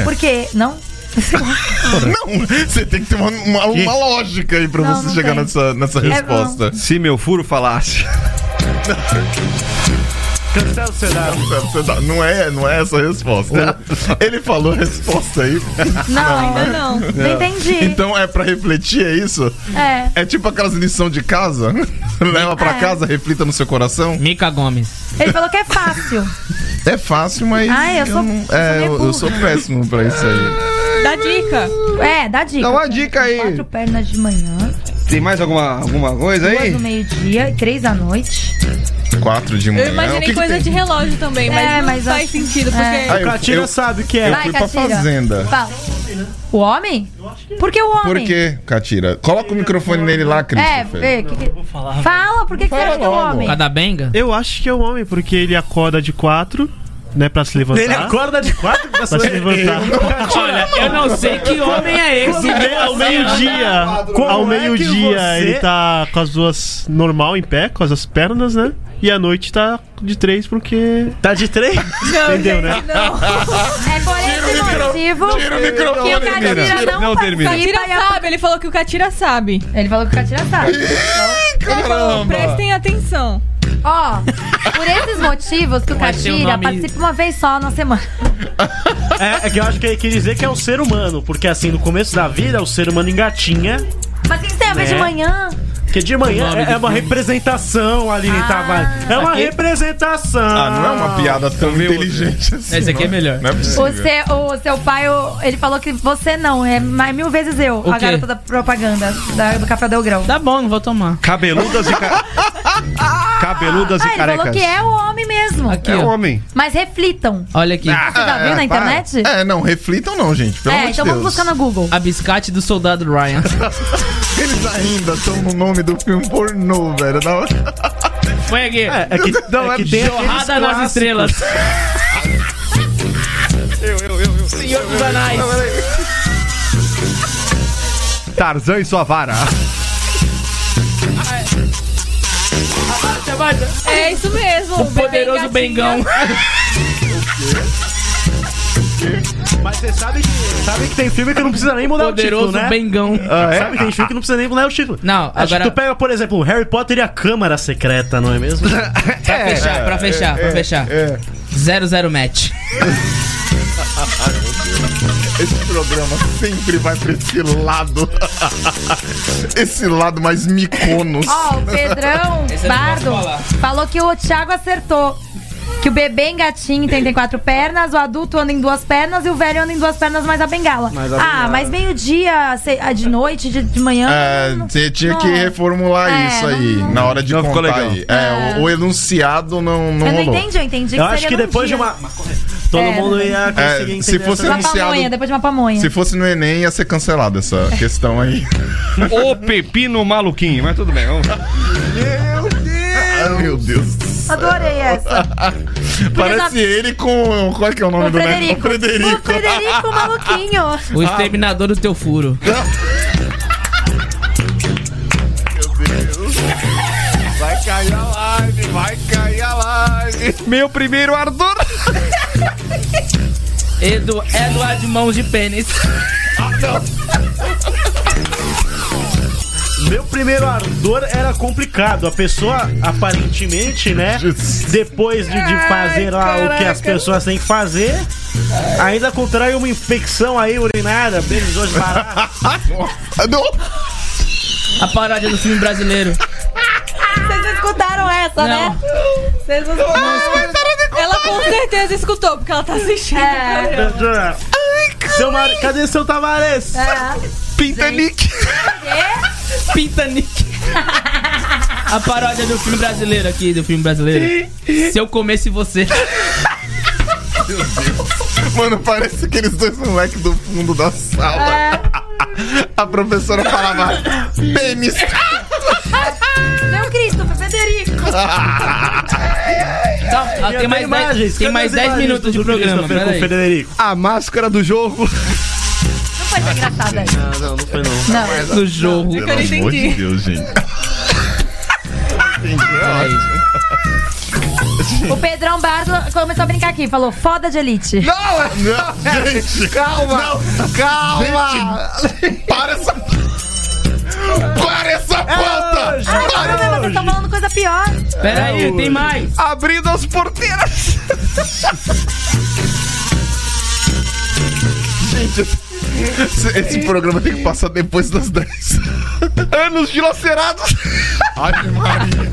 [SPEAKER 4] Por quê? Não?
[SPEAKER 7] Não, você tem que ter uma, uma- uma lógica aí pra
[SPEAKER 4] Não,
[SPEAKER 7] você
[SPEAKER 4] não
[SPEAKER 7] chegar
[SPEAKER 4] tem. É
[SPEAKER 7] nessa, nessa
[SPEAKER 4] não.
[SPEAKER 7] resposta.
[SPEAKER 6] Se meu furo falasse.
[SPEAKER 8] Cancela o cenário.
[SPEAKER 7] Você dá- Não é, não é essa a resposta. Ele falou a resposta aí.
[SPEAKER 4] Não,
[SPEAKER 9] Ainda não.
[SPEAKER 4] não entendi.
[SPEAKER 7] Então é pra refletir, é isso?
[SPEAKER 4] É.
[SPEAKER 7] É tipo aquelas lição de casa. Leva pra
[SPEAKER 4] É.
[SPEAKER 7] casa, reflita no seu coração.
[SPEAKER 2] Mica Gomes.
[SPEAKER 4] Ele falou que é fácil.
[SPEAKER 7] É fácil, mas.
[SPEAKER 4] Ah, eu sou-
[SPEAKER 7] não-
[SPEAKER 4] eu sou
[SPEAKER 7] é,
[SPEAKER 4] meio
[SPEAKER 7] eu, eu
[SPEAKER 4] burra.
[SPEAKER 7] sou péssimo pra isso aí.
[SPEAKER 9] Dá dica.
[SPEAKER 4] É, dá dica.
[SPEAKER 6] Dá uma dica aí.
[SPEAKER 4] Quatro pernas de manhã,
[SPEAKER 6] Tem mais alguma, alguma coisa
[SPEAKER 4] duas
[SPEAKER 6] aí?
[SPEAKER 4] ao meio-dia e três à noite.
[SPEAKER 7] Quatro de manhã.
[SPEAKER 9] Eu
[SPEAKER 7] É, o que
[SPEAKER 9] imaginei
[SPEAKER 7] que
[SPEAKER 9] coisa
[SPEAKER 7] tem?
[SPEAKER 9] de relógio também, mas
[SPEAKER 4] É,
[SPEAKER 9] não
[SPEAKER 4] mas
[SPEAKER 9] faz
[SPEAKER 4] acho-
[SPEAKER 9] sentido, porque
[SPEAKER 4] é.
[SPEAKER 7] Ah, eu-
[SPEAKER 8] Catira
[SPEAKER 7] eu-
[SPEAKER 8] sabe o que é.
[SPEAKER 7] Eu
[SPEAKER 4] Vai,
[SPEAKER 7] fui pra
[SPEAKER 4] Catira.
[SPEAKER 7] fazenda.
[SPEAKER 4] Fala. O homem? Por que o homem?
[SPEAKER 7] Por quê, Catira? Coloca o microfone nele lá,
[SPEAKER 4] É,
[SPEAKER 7] Christopher.
[SPEAKER 4] vê, que que... Fala, por que, que você
[SPEAKER 7] Fala
[SPEAKER 4] acha que é o
[SPEAKER 7] logo.
[SPEAKER 4] homem?
[SPEAKER 2] Cada benga?
[SPEAKER 12] Eu acho que é o homem, porque ele acorda de quatro, né, pra se levantar.
[SPEAKER 8] Ele acorda de quatro pra
[SPEAKER 12] Pra se levantar.
[SPEAKER 2] Olha, eu não sei que homem é esse.
[SPEAKER 12] Me- ao meio-dia,
[SPEAKER 8] Como
[SPEAKER 12] ao
[SPEAKER 8] é
[SPEAKER 12] meio-dia
[SPEAKER 8] que você-
[SPEAKER 12] ele tá com as duas normal em pé, com as duas pernas, né? E à noite tá de três porque
[SPEAKER 8] Tá de três?
[SPEAKER 9] não,
[SPEAKER 12] Entendeu,
[SPEAKER 9] gente,
[SPEAKER 12] né?
[SPEAKER 9] não.
[SPEAKER 4] É por esse motivo
[SPEAKER 7] Tira o
[SPEAKER 4] que o
[SPEAKER 7] microfone, menina.
[SPEAKER 4] Catira não,
[SPEAKER 2] um
[SPEAKER 6] Não termina.
[SPEAKER 4] participa
[SPEAKER 9] Catira
[SPEAKER 4] e a-
[SPEAKER 9] sabe, ele falou que o Catira sabe.
[SPEAKER 4] Ele falou que o Catira sabe.
[SPEAKER 9] Ele falou, prestem atenção.
[SPEAKER 4] Ó, por esses motivos que o
[SPEAKER 2] Mas tem um
[SPEAKER 4] Catira
[SPEAKER 2] nome-
[SPEAKER 4] participa uma vez só na semana.
[SPEAKER 8] É, é que eu acho que ele quer dizer que é um ser humano, porque assim, no começo da vida, o ser humano engatinha,
[SPEAKER 4] Mas o que que tem a ver de
[SPEAKER 2] É.
[SPEAKER 8] Né?
[SPEAKER 4] manhã?
[SPEAKER 8] que de manhã
[SPEAKER 2] nome
[SPEAKER 8] é,
[SPEAKER 2] do
[SPEAKER 8] é uma representação, Aline Tavares. É uma representação.
[SPEAKER 7] Ah, não é uma piada tão inteligente assim.
[SPEAKER 2] Esse aqui é melhor.
[SPEAKER 7] Não é possível.
[SPEAKER 4] O seu, o seu pai, o- ele falou que você não, é mais mil vezes eu,
[SPEAKER 2] O
[SPEAKER 4] a
[SPEAKER 2] quê?
[SPEAKER 4] garota da propaganda da- do Café Del Grão.
[SPEAKER 2] Tá bom, não vou tomar.
[SPEAKER 6] Cabeludas e ca... Cabeludas
[SPEAKER 4] Ah,
[SPEAKER 6] e
[SPEAKER 4] ele falou
[SPEAKER 6] carecas.
[SPEAKER 4] que é o homem mesmo.
[SPEAKER 2] Aqui, Ah,
[SPEAKER 6] É um
[SPEAKER 2] ó.
[SPEAKER 6] homem.
[SPEAKER 4] Mas reflitam.
[SPEAKER 2] Olha aqui.
[SPEAKER 4] Você já viu Tá na internet?
[SPEAKER 7] É, não, reflitam não, gente. Pelo
[SPEAKER 4] É,
[SPEAKER 7] amor de
[SPEAKER 4] então
[SPEAKER 7] Deus.
[SPEAKER 4] vamos buscar no Google.
[SPEAKER 2] A biscate do soldado Ryan.
[SPEAKER 7] Eles ainda estão no nome do filme pornô, velho. Da hora.
[SPEAKER 2] Põe aqui.
[SPEAKER 8] É, é que,
[SPEAKER 2] Não,
[SPEAKER 8] é
[SPEAKER 2] é
[SPEAKER 8] que tem
[SPEAKER 2] jorrada nas
[SPEAKER 8] aqueles clássicos.
[SPEAKER 2] estrelas.
[SPEAKER 5] Eu, eu, eu, eu.
[SPEAKER 2] Senhor dos Anais.
[SPEAKER 6] Tarzan e sua vara.
[SPEAKER 9] É isso mesmo.
[SPEAKER 2] O poderoso Bengão.
[SPEAKER 8] Mas você sabe que, sabe que tem filme que não precisa nem mudar
[SPEAKER 2] Poderoso
[SPEAKER 8] o título, né?
[SPEAKER 2] Bengão.
[SPEAKER 8] Ah, é? Sabe que tem filme que não precisa nem mudar o título.
[SPEAKER 2] Não,
[SPEAKER 8] Acho
[SPEAKER 2] agora-
[SPEAKER 8] que tu pega, por exemplo, Harry Potter e a Câmara Secreta, não é mesmo?
[SPEAKER 2] Pra fechar,
[SPEAKER 8] é,
[SPEAKER 2] pra fechar, pra fechar. Zero zero match.
[SPEAKER 7] Esse programa sempre vai pra esse lado. esse lado mais miconos.
[SPEAKER 4] Ó, o Pedrão
[SPEAKER 7] Esse eu não
[SPEAKER 4] Bardo
[SPEAKER 7] posso falar.
[SPEAKER 4] falou que o Thiago acertou. Que o bebê engatinho tem, tem quatro pernas, o adulto anda em duas pernas e o velho anda em duas pernas mais a bengala.
[SPEAKER 7] Mais a
[SPEAKER 4] ah,
[SPEAKER 7] bengala.
[SPEAKER 4] mas meio-dia, se- ah, de noite, de, de manhã.
[SPEAKER 7] É, você tinha que reformular
[SPEAKER 4] É,
[SPEAKER 7] isso
[SPEAKER 4] não- Ah.
[SPEAKER 7] aí, na hora de
[SPEAKER 6] Não ficou
[SPEAKER 7] contar
[SPEAKER 6] legal.
[SPEAKER 7] aí. É, O, o enunciado não, não
[SPEAKER 4] eu não
[SPEAKER 7] rolou.
[SPEAKER 4] entendi, eu entendi que
[SPEAKER 7] Eu
[SPEAKER 4] seria
[SPEAKER 7] acho que
[SPEAKER 4] num
[SPEAKER 7] depois de
[SPEAKER 4] dia.
[SPEAKER 7] uma-
[SPEAKER 8] Todo
[SPEAKER 4] É,
[SPEAKER 8] mundo
[SPEAKER 4] não
[SPEAKER 2] né?
[SPEAKER 8] ia
[SPEAKER 4] entendi.
[SPEAKER 8] conseguir
[SPEAKER 7] É,
[SPEAKER 8] entender.
[SPEAKER 7] se fosse
[SPEAKER 4] Uma
[SPEAKER 7] anunciado-
[SPEAKER 4] pamonha, depois de uma pamonha.
[SPEAKER 7] Se fosse no Enem, ia ser cancelada essa questão aí.
[SPEAKER 6] o pepino maluquinho, mas tudo bem. Vamos.
[SPEAKER 7] Ah, meu Deus. do céu.
[SPEAKER 4] Adorei essa.
[SPEAKER 7] Parece ele com. Qual é que é o nome
[SPEAKER 4] tá- O
[SPEAKER 7] do
[SPEAKER 4] Frederico.
[SPEAKER 7] neto? O Frederico.
[SPEAKER 4] O Frederico, maluquinho.
[SPEAKER 8] Ah.
[SPEAKER 2] O exterminador do teu furo.
[SPEAKER 5] Vai cair a live, vai cair a live.
[SPEAKER 6] Meu primeiro ardor.
[SPEAKER 2] Edu, Eduardo de mãos de pênis.
[SPEAKER 8] Meu primeiro ardor era complicado. A pessoa, aparentemente, né? Depois de, de fazer lá o que as pessoas têm que fazer, ainda contrai uma infecção aí urinária. Beijos
[SPEAKER 7] Ah,
[SPEAKER 2] A paródia do filme brasileiro.
[SPEAKER 9] Vocês escutaram essa,
[SPEAKER 2] Não.
[SPEAKER 9] né? Vocês não escutaram. Ela com certeza escutou, porque ela tá assistindo.
[SPEAKER 4] É.
[SPEAKER 9] o programa.
[SPEAKER 8] seu Mar... Cadê seu Tavares?
[SPEAKER 2] É,
[SPEAKER 6] Pintanique.
[SPEAKER 2] Pintanique. A paródia do filme brasileiro aqui, do filme brasileiro. Se eu comesse você.
[SPEAKER 7] Mano, parece aqueles dois moleques do fundo da sala.
[SPEAKER 4] É.
[SPEAKER 7] A professora falava pênis.
[SPEAKER 4] Meu Cristo, foi Frederico.
[SPEAKER 2] Ah, tem mais 10
[SPEAKER 8] imagens,
[SPEAKER 2] tem
[SPEAKER 8] cadê
[SPEAKER 2] mais
[SPEAKER 8] as
[SPEAKER 2] dez
[SPEAKER 8] imagens
[SPEAKER 2] minutos de
[SPEAKER 8] do
[SPEAKER 2] programa.
[SPEAKER 8] Christopher com
[SPEAKER 2] peraí.
[SPEAKER 8] o Frederico?
[SPEAKER 6] A máscara do jogo.
[SPEAKER 4] Não foi tão engraçado essa.
[SPEAKER 8] Não, não, não foi não.
[SPEAKER 4] Não.
[SPEAKER 2] Do jogo.
[SPEAKER 7] Pelo amor de Deus, gente.
[SPEAKER 4] O Pedrão Bardo começou a brincar aqui, falou foda de elite.
[SPEAKER 7] Não, gente.
[SPEAKER 6] é- Calma.
[SPEAKER 7] Calma! Para essa. Para essa
[SPEAKER 4] É, Ai, caramba, vocês estão falando coisa pior.
[SPEAKER 2] Peraí, tem mais.
[SPEAKER 6] Abrindo as porteiras.
[SPEAKER 7] Gente, esse, esse programa tem que passar depois das 10.
[SPEAKER 6] Anos dilacerados.
[SPEAKER 7] Ave Maria.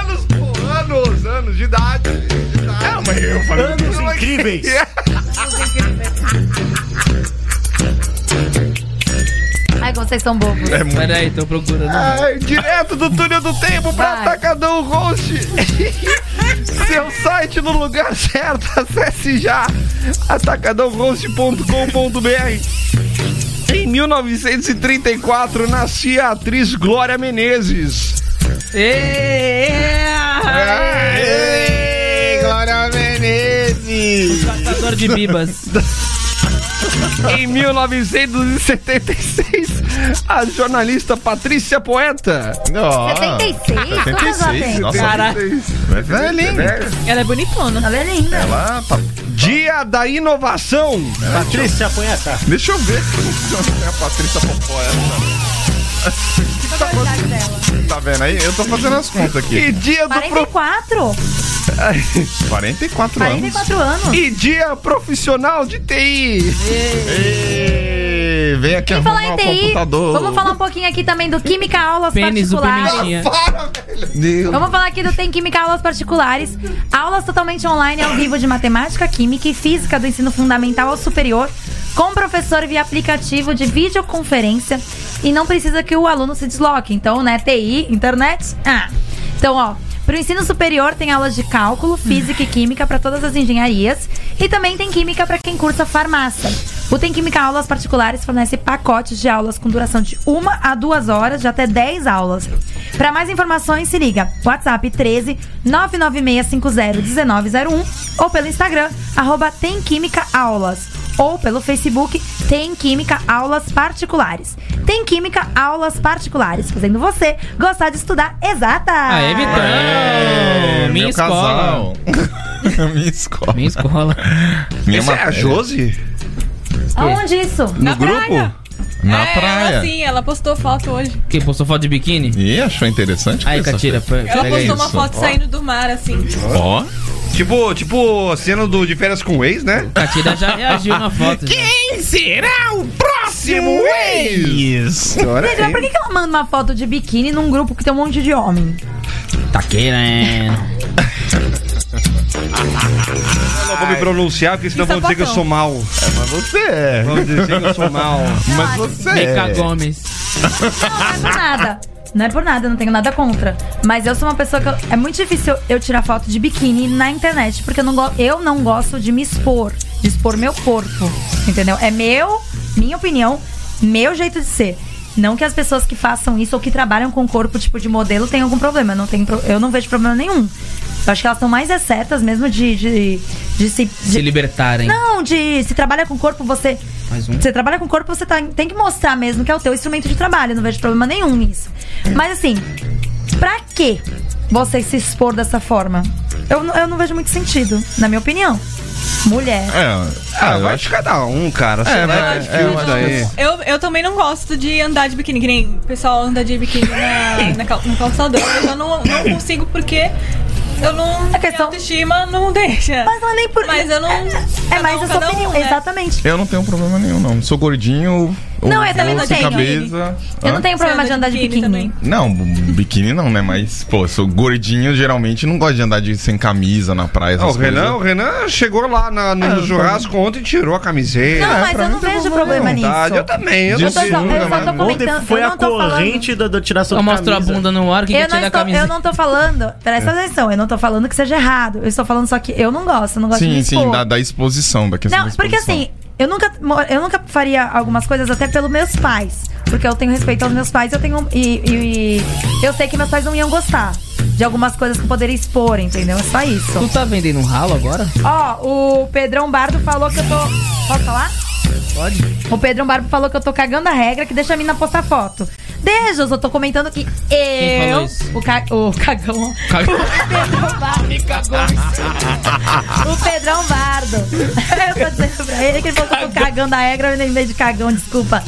[SPEAKER 6] Anos, pô, anos, anos de idade. de idade.
[SPEAKER 7] Ah, mas eu falei.
[SPEAKER 8] Anos incríveis.
[SPEAKER 6] É.
[SPEAKER 4] Ai, como vocês são bobos.
[SPEAKER 7] É muito.
[SPEAKER 2] Peraí, tô procurando.
[SPEAKER 6] Ai, direto do túnel do tempo pra
[SPEAKER 4] Vai.
[SPEAKER 6] Atacadão Host. Seu site no lugar certo, acesse já atacadãohost.com.br. Em 1934 nascia a atriz Glória Menezes.
[SPEAKER 7] Ei, é Glória Menezes!
[SPEAKER 2] Caçador de bibas.
[SPEAKER 6] Em 1976, a jornalista Patrícia Poeta.
[SPEAKER 7] Ó,
[SPEAKER 4] 76? Quantas ela tem?
[SPEAKER 7] Nossa,
[SPEAKER 2] Cara,
[SPEAKER 7] é velho, hein?
[SPEAKER 9] Ela é bonitona.
[SPEAKER 4] Ela é linda.
[SPEAKER 7] Ela tá-
[SPEAKER 6] Dia da Inovação.
[SPEAKER 8] Patrícia, põe essa.
[SPEAKER 7] Deixa eu ver como é a Patrícia Popó essa. Tá vendo aí? Eu tô fazendo as contas
[SPEAKER 6] E
[SPEAKER 7] aqui.
[SPEAKER 6] dia do pro...
[SPEAKER 4] 44?
[SPEAKER 7] 44,
[SPEAKER 4] 44
[SPEAKER 7] anos.
[SPEAKER 4] anos.
[SPEAKER 6] E dia profissional de TI.
[SPEAKER 7] Ei, vem aqui
[SPEAKER 4] E falar
[SPEAKER 7] arrumar
[SPEAKER 4] em
[SPEAKER 7] o
[SPEAKER 4] TI,
[SPEAKER 7] computador.
[SPEAKER 4] vamos falar um pouquinho aqui também do Química Aulas
[SPEAKER 2] Pênis do
[SPEAKER 4] Particulares.
[SPEAKER 2] Penistinha.
[SPEAKER 7] Deus.
[SPEAKER 4] Vamos falar aqui do Tem Química Aulas Particulares. Aulas totalmente online, ao vivo de matemática, química e física do ensino fundamental ao superior, com professor via aplicativo de videoconferência e não precisa que o aluno se desloque. Então, né, TI, internet. Ah. Então, ó. Para o ensino superior tem aulas de cálculo, física e química para todas as engenharias e também tem química para quem cursa farmácia. O Tem Química Aulas Particulares fornece pacotes de aulas com duração de 1 a 2 horas, de até 10 aulas. Para mais informações, se liga WhatsApp 13 996501901 ou pelo Instagram, arroba Tem Química Aulas. Ou pelo Facebook Tem Química Aulas Particulares. Tem Química Aulas Particulares, fazendo você gostar de estudar exata.
[SPEAKER 2] Aê, Vitão! minha
[SPEAKER 7] É, meu
[SPEAKER 2] escola.
[SPEAKER 7] casal. Minha escola.
[SPEAKER 2] Minha escola.
[SPEAKER 7] Minha
[SPEAKER 6] é a Josi?
[SPEAKER 4] Aonde é isso?
[SPEAKER 6] Hum?
[SPEAKER 7] No grupo? Na
[SPEAKER 9] é,
[SPEAKER 7] praia.
[SPEAKER 9] Ela, sim, ela postou foto hoje.
[SPEAKER 2] Quem postou foto de biquíni?
[SPEAKER 7] Ih, achou interessante?
[SPEAKER 2] Aí, Catira,
[SPEAKER 9] Ela postou uma foto saindo do mar, assim.
[SPEAKER 7] Ó.
[SPEAKER 6] Tipo, tipo, cena do de férias com o ex, né?
[SPEAKER 2] Catira já reagiu na foto.
[SPEAKER 7] Quem será o próximo Tá um ex?
[SPEAKER 6] Agora
[SPEAKER 4] Gente, mas por que, que ela manda uma foto de biquíni num grupo que tem um monte de homem?
[SPEAKER 2] Tá querendo.
[SPEAKER 6] Eu não vou me pronunciar, porque senão
[SPEAKER 4] Isso é
[SPEAKER 6] vão dizer que eu
[SPEAKER 4] botão.
[SPEAKER 6] sou mal.
[SPEAKER 7] Mas você é.
[SPEAKER 6] Vão dizer que eu sou mal.
[SPEAKER 7] Mas você
[SPEAKER 2] Mica
[SPEAKER 7] é.
[SPEAKER 2] Gomes.
[SPEAKER 4] Não é por nada. Não é por nada, não tenho nada contra. Mas eu sou uma pessoa que. eu- é muito difícil eu tirar foto de biquíni na internet, porque eu não, go- eu não gosto de me expor. De expor meu corpo. Entendeu? É meu, minha opinião, meu jeito de ser. Não que as pessoas que façam isso ou que trabalham com corpo tipo de modelo tenham algum problema. Eu não, tenho, pro- eu não vejo problema nenhum. Eu acho que elas estão mais é certas mesmo de, de, de se.
[SPEAKER 2] Se
[SPEAKER 4] de-
[SPEAKER 2] libertarem.
[SPEAKER 4] não, de se trabalha com corpo, você.
[SPEAKER 2] Mais um.
[SPEAKER 4] Você trabalha com corpo, você tá- tem que mostrar mesmo que é o teu instrumento de trabalho. Não vejo problema nenhum nisso. Mas assim, pra que você se expor dessa forma? Eu, não- eu não vejo muito sentido, na minha opinião. Mulher.
[SPEAKER 7] É,
[SPEAKER 6] Ah,
[SPEAKER 7] ah, eu
[SPEAKER 6] vai
[SPEAKER 7] acho
[SPEAKER 6] de cada um, cara. Sei lá,
[SPEAKER 7] É, mas-
[SPEAKER 6] é,
[SPEAKER 7] eu
[SPEAKER 6] é,
[SPEAKER 7] acho
[SPEAKER 6] daí.
[SPEAKER 9] Eu, eu também não gosto de andar de biquíni, que nem o pessoal anda de biquíni na, na cal- no calçadão. Mas eu não, não consigo porque eu não. A questão... autoestima não deixa.
[SPEAKER 4] Mas não é nem por
[SPEAKER 9] Mas eu não. um, né?
[SPEAKER 4] É mais essa opinião, exatamente.
[SPEAKER 7] Eu não tenho problema nenhum, não. Sou gordinho.
[SPEAKER 4] Não,
[SPEAKER 7] ou-
[SPEAKER 4] eu também não
[SPEAKER 7] ou sem
[SPEAKER 4] tenho.
[SPEAKER 7] Cabeça.
[SPEAKER 4] Eu não
[SPEAKER 7] Hã?
[SPEAKER 4] tenho problema de andar de biquíni.
[SPEAKER 7] Não, biquíni não, né? Mas, pô, eu sou gordinho, geralmente não gosto de andar de, sem camisa na praia.
[SPEAKER 6] Ah, o
[SPEAKER 7] essas
[SPEAKER 6] Renan, o
[SPEAKER 7] coisas. Ah,
[SPEAKER 6] Renan chegou lá na- no churrasco ontem e tirou a camiseta. tá
[SPEAKER 4] Não, mas eu não vejo problema nisso.
[SPEAKER 6] né? Verdade, eu também. Eu
[SPEAKER 4] Eu tô só-
[SPEAKER 6] também.
[SPEAKER 4] eu só tô
[SPEAKER 8] Ontem
[SPEAKER 4] comentando.
[SPEAKER 8] Então, foi
[SPEAKER 4] Então, eu
[SPEAKER 8] a
[SPEAKER 4] não tô falando-
[SPEAKER 8] corrente da, da tiração
[SPEAKER 2] Só
[SPEAKER 8] de
[SPEAKER 2] mostrou a
[SPEAKER 8] camisa.
[SPEAKER 2] bunda no ar, quem
[SPEAKER 4] Eu
[SPEAKER 2] quer
[SPEAKER 4] não,
[SPEAKER 2] tirar a
[SPEAKER 4] estou,
[SPEAKER 2] camisa?
[SPEAKER 4] eu não tô falando, presta
[SPEAKER 7] É.
[SPEAKER 4] atenção, eu não tô falando que seja errado. Eu estou falando só que eu não gosto, eu não gosto de me
[SPEAKER 7] Sim,
[SPEAKER 4] expor.
[SPEAKER 7] sim, da, da exposição, da
[SPEAKER 2] é
[SPEAKER 7] questão
[SPEAKER 4] Não,
[SPEAKER 7] da
[SPEAKER 4] porque
[SPEAKER 7] exposição.
[SPEAKER 4] assim, eu nunca, mo- eu nunca faria algumas coisas até pelos meus pais. Porque eu tenho respeito aos meus pais, eu tenho. E, e- e eu sei que meus pais não iam gostar de algumas coisas que eu poderia expor, entendeu? É só isso.
[SPEAKER 2] Tu tá vendendo um ralo agora?
[SPEAKER 4] Ó, o Pedrão Bardo falou que eu tô. Posso falar?
[SPEAKER 2] Pode.
[SPEAKER 4] O Pedrão Barbo falou que eu tô cagando a regra que deixa a mina postar foto. Deixa, eu só tô comentando que
[SPEAKER 2] falou
[SPEAKER 4] eu.
[SPEAKER 2] isso?
[SPEAKER 4] O, ca... o cagão.
[SPEAKER 2] Cagou.
[SPEAKER 4] O Pedrão Bardo. Eu tô dizendo pra ele que ele falou que eu tô cagando a regra, eu me lembrei de cagão, desculpa.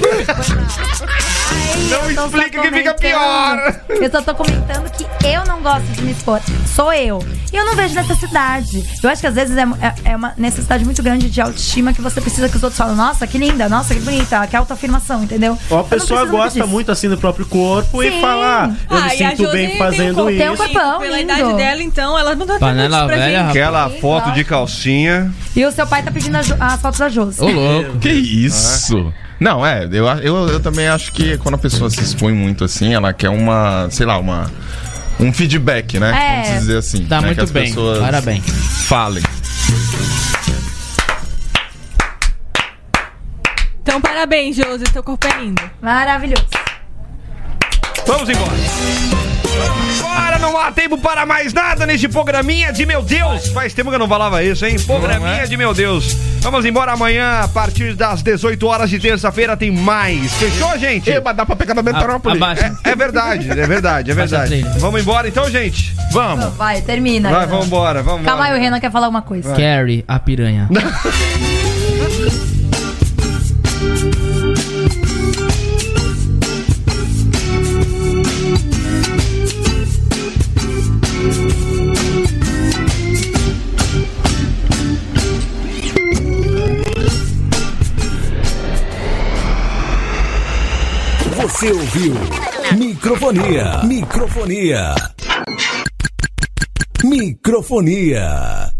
[SPEAKER 6] Não
[SPEAKER 4] Então, só
[SPEAKER 6] explica que fica
[SPEAKER 4] comentando-
[SPEAKER 6] pior.
[SPEAKER 4] Eu só tô comentando que eu não gosto de me expor. Sou eu. E eu não vejo necessidade. Eu acho que às vezes é, é- é uma necessidade muito grande de autoestima que você precisa que os outros falem, nossa, que linda, nossa, que bonita, que autoafirmação, entendeu?
[SPEAKER 8] Ou a
[SPEAKER 4] Eu não
[SPEAKER 8] pessoa
[SPEAKER 4] preciso muito
[SPEAKER 8] gosta
[SPEAKER 4] disso.
[SPEAKER 8] muito assim do próprio corpo e
[SPEAKER 4] Sim.
[SPEAKER 8] fala, "Ah, eu
[SPEAKER 9] Ah,
[SPEAKER 8] me
[SPEAKER 9] e a
[SPEAKER 8] sinto
[SPEAKER 9] Josi
[SPEAKER 8] bem
[SPEAKER 9] tem
[SPEAKER 8] fazendo
[SPEAKER 9] um
[SPEAKER 8] isso.
[SPEAKER 4] Tem um corpão
[SPEAKER 9] Pela
[SPEAKER 4] lindo.
[SPEAKER 9] idade dela, então, ela mandou até
[SPEAKER 2] Panela
[SPEAKER 9] nudes pra
[SPEAKER 2] velha,
[SPEAKER 9] gente.
[SPEAKER 6] Aquela
[SPEAKER 4] Sim,
[SPEAKER 6] foto
[SPEAKER 4] claro.
[SPEAKER 6] de calcinha.
[SPEAKER 4] E o seu pai tá pedindo as, as fotos da Josi.
[SPEAKER 2] Ô, louco.
[SPEAKER 7] Que
[SPEAKER 2] Ah,
[SPEAKER 7] isso? Não, é, eu, a- eu, eu também acho que quando a pessoa se expõe muito assim, ela quer uma, sei lá, uma. Um feedback, né?
[SPEAKER 4] É.
[SPEAKER 7] Vamos dizer assim.
[SPEAKER 2] Tá
[SPEAKER 7] né? que
[SPEAKER 2] muito
[SPEAKER 7] as
[SPEAKER 2] bem.
[SPEAKER 7] pessoas
[SPEAKER 2] Parabéns.
[SPEAKER 7] Falem.
[SPEAKER 9] Então, parabéns, Josi, teu corpo é lindo.
[SPEAKER 4] Maravilhoso.
[SPEAKER 6] Vamos embora. Vamos Embora não há tempo para mais nada neste programinha de meu Deus. Faz tempo que eu não falava isso, hein?
[SPEAKER 7] é?
[SPEAKER 6] Programinha de meu Deus. Vamos embora amanhã, a partir das 18 horas de terça-feira tem mais. Fechou, gente?
[SPEAKER 7] Eba, dá pra pegar na metrópole.
[SPEAKER 2] Abaixa.
[SPEAKER 6] É verdade, é verdade, é
[SPEAKER 2] Baixa a
[SPEAKER 6] verdade.
[SPEAKER 2] trilha.
[SPEAKER 6] Vamos embora então, gente.
[SPEAKER 7] Vamos.
[SPEAKER 4] Vai, termina.
[SPEAKER 6] Vai,
[SPEAKER 4] Renan.
[SPEAKER 6] vamos embora, vamos
[SPEAKER 4] Calma aí, o
[SPEAKER 6] embora.
[SPEAKER 4] Renan quer falar uma coisa.
[SPEAKER 2] Carrie, a piranha.
[SPEAKER 11] Você ouviu? Microfonia. Microfonia. Microfonia.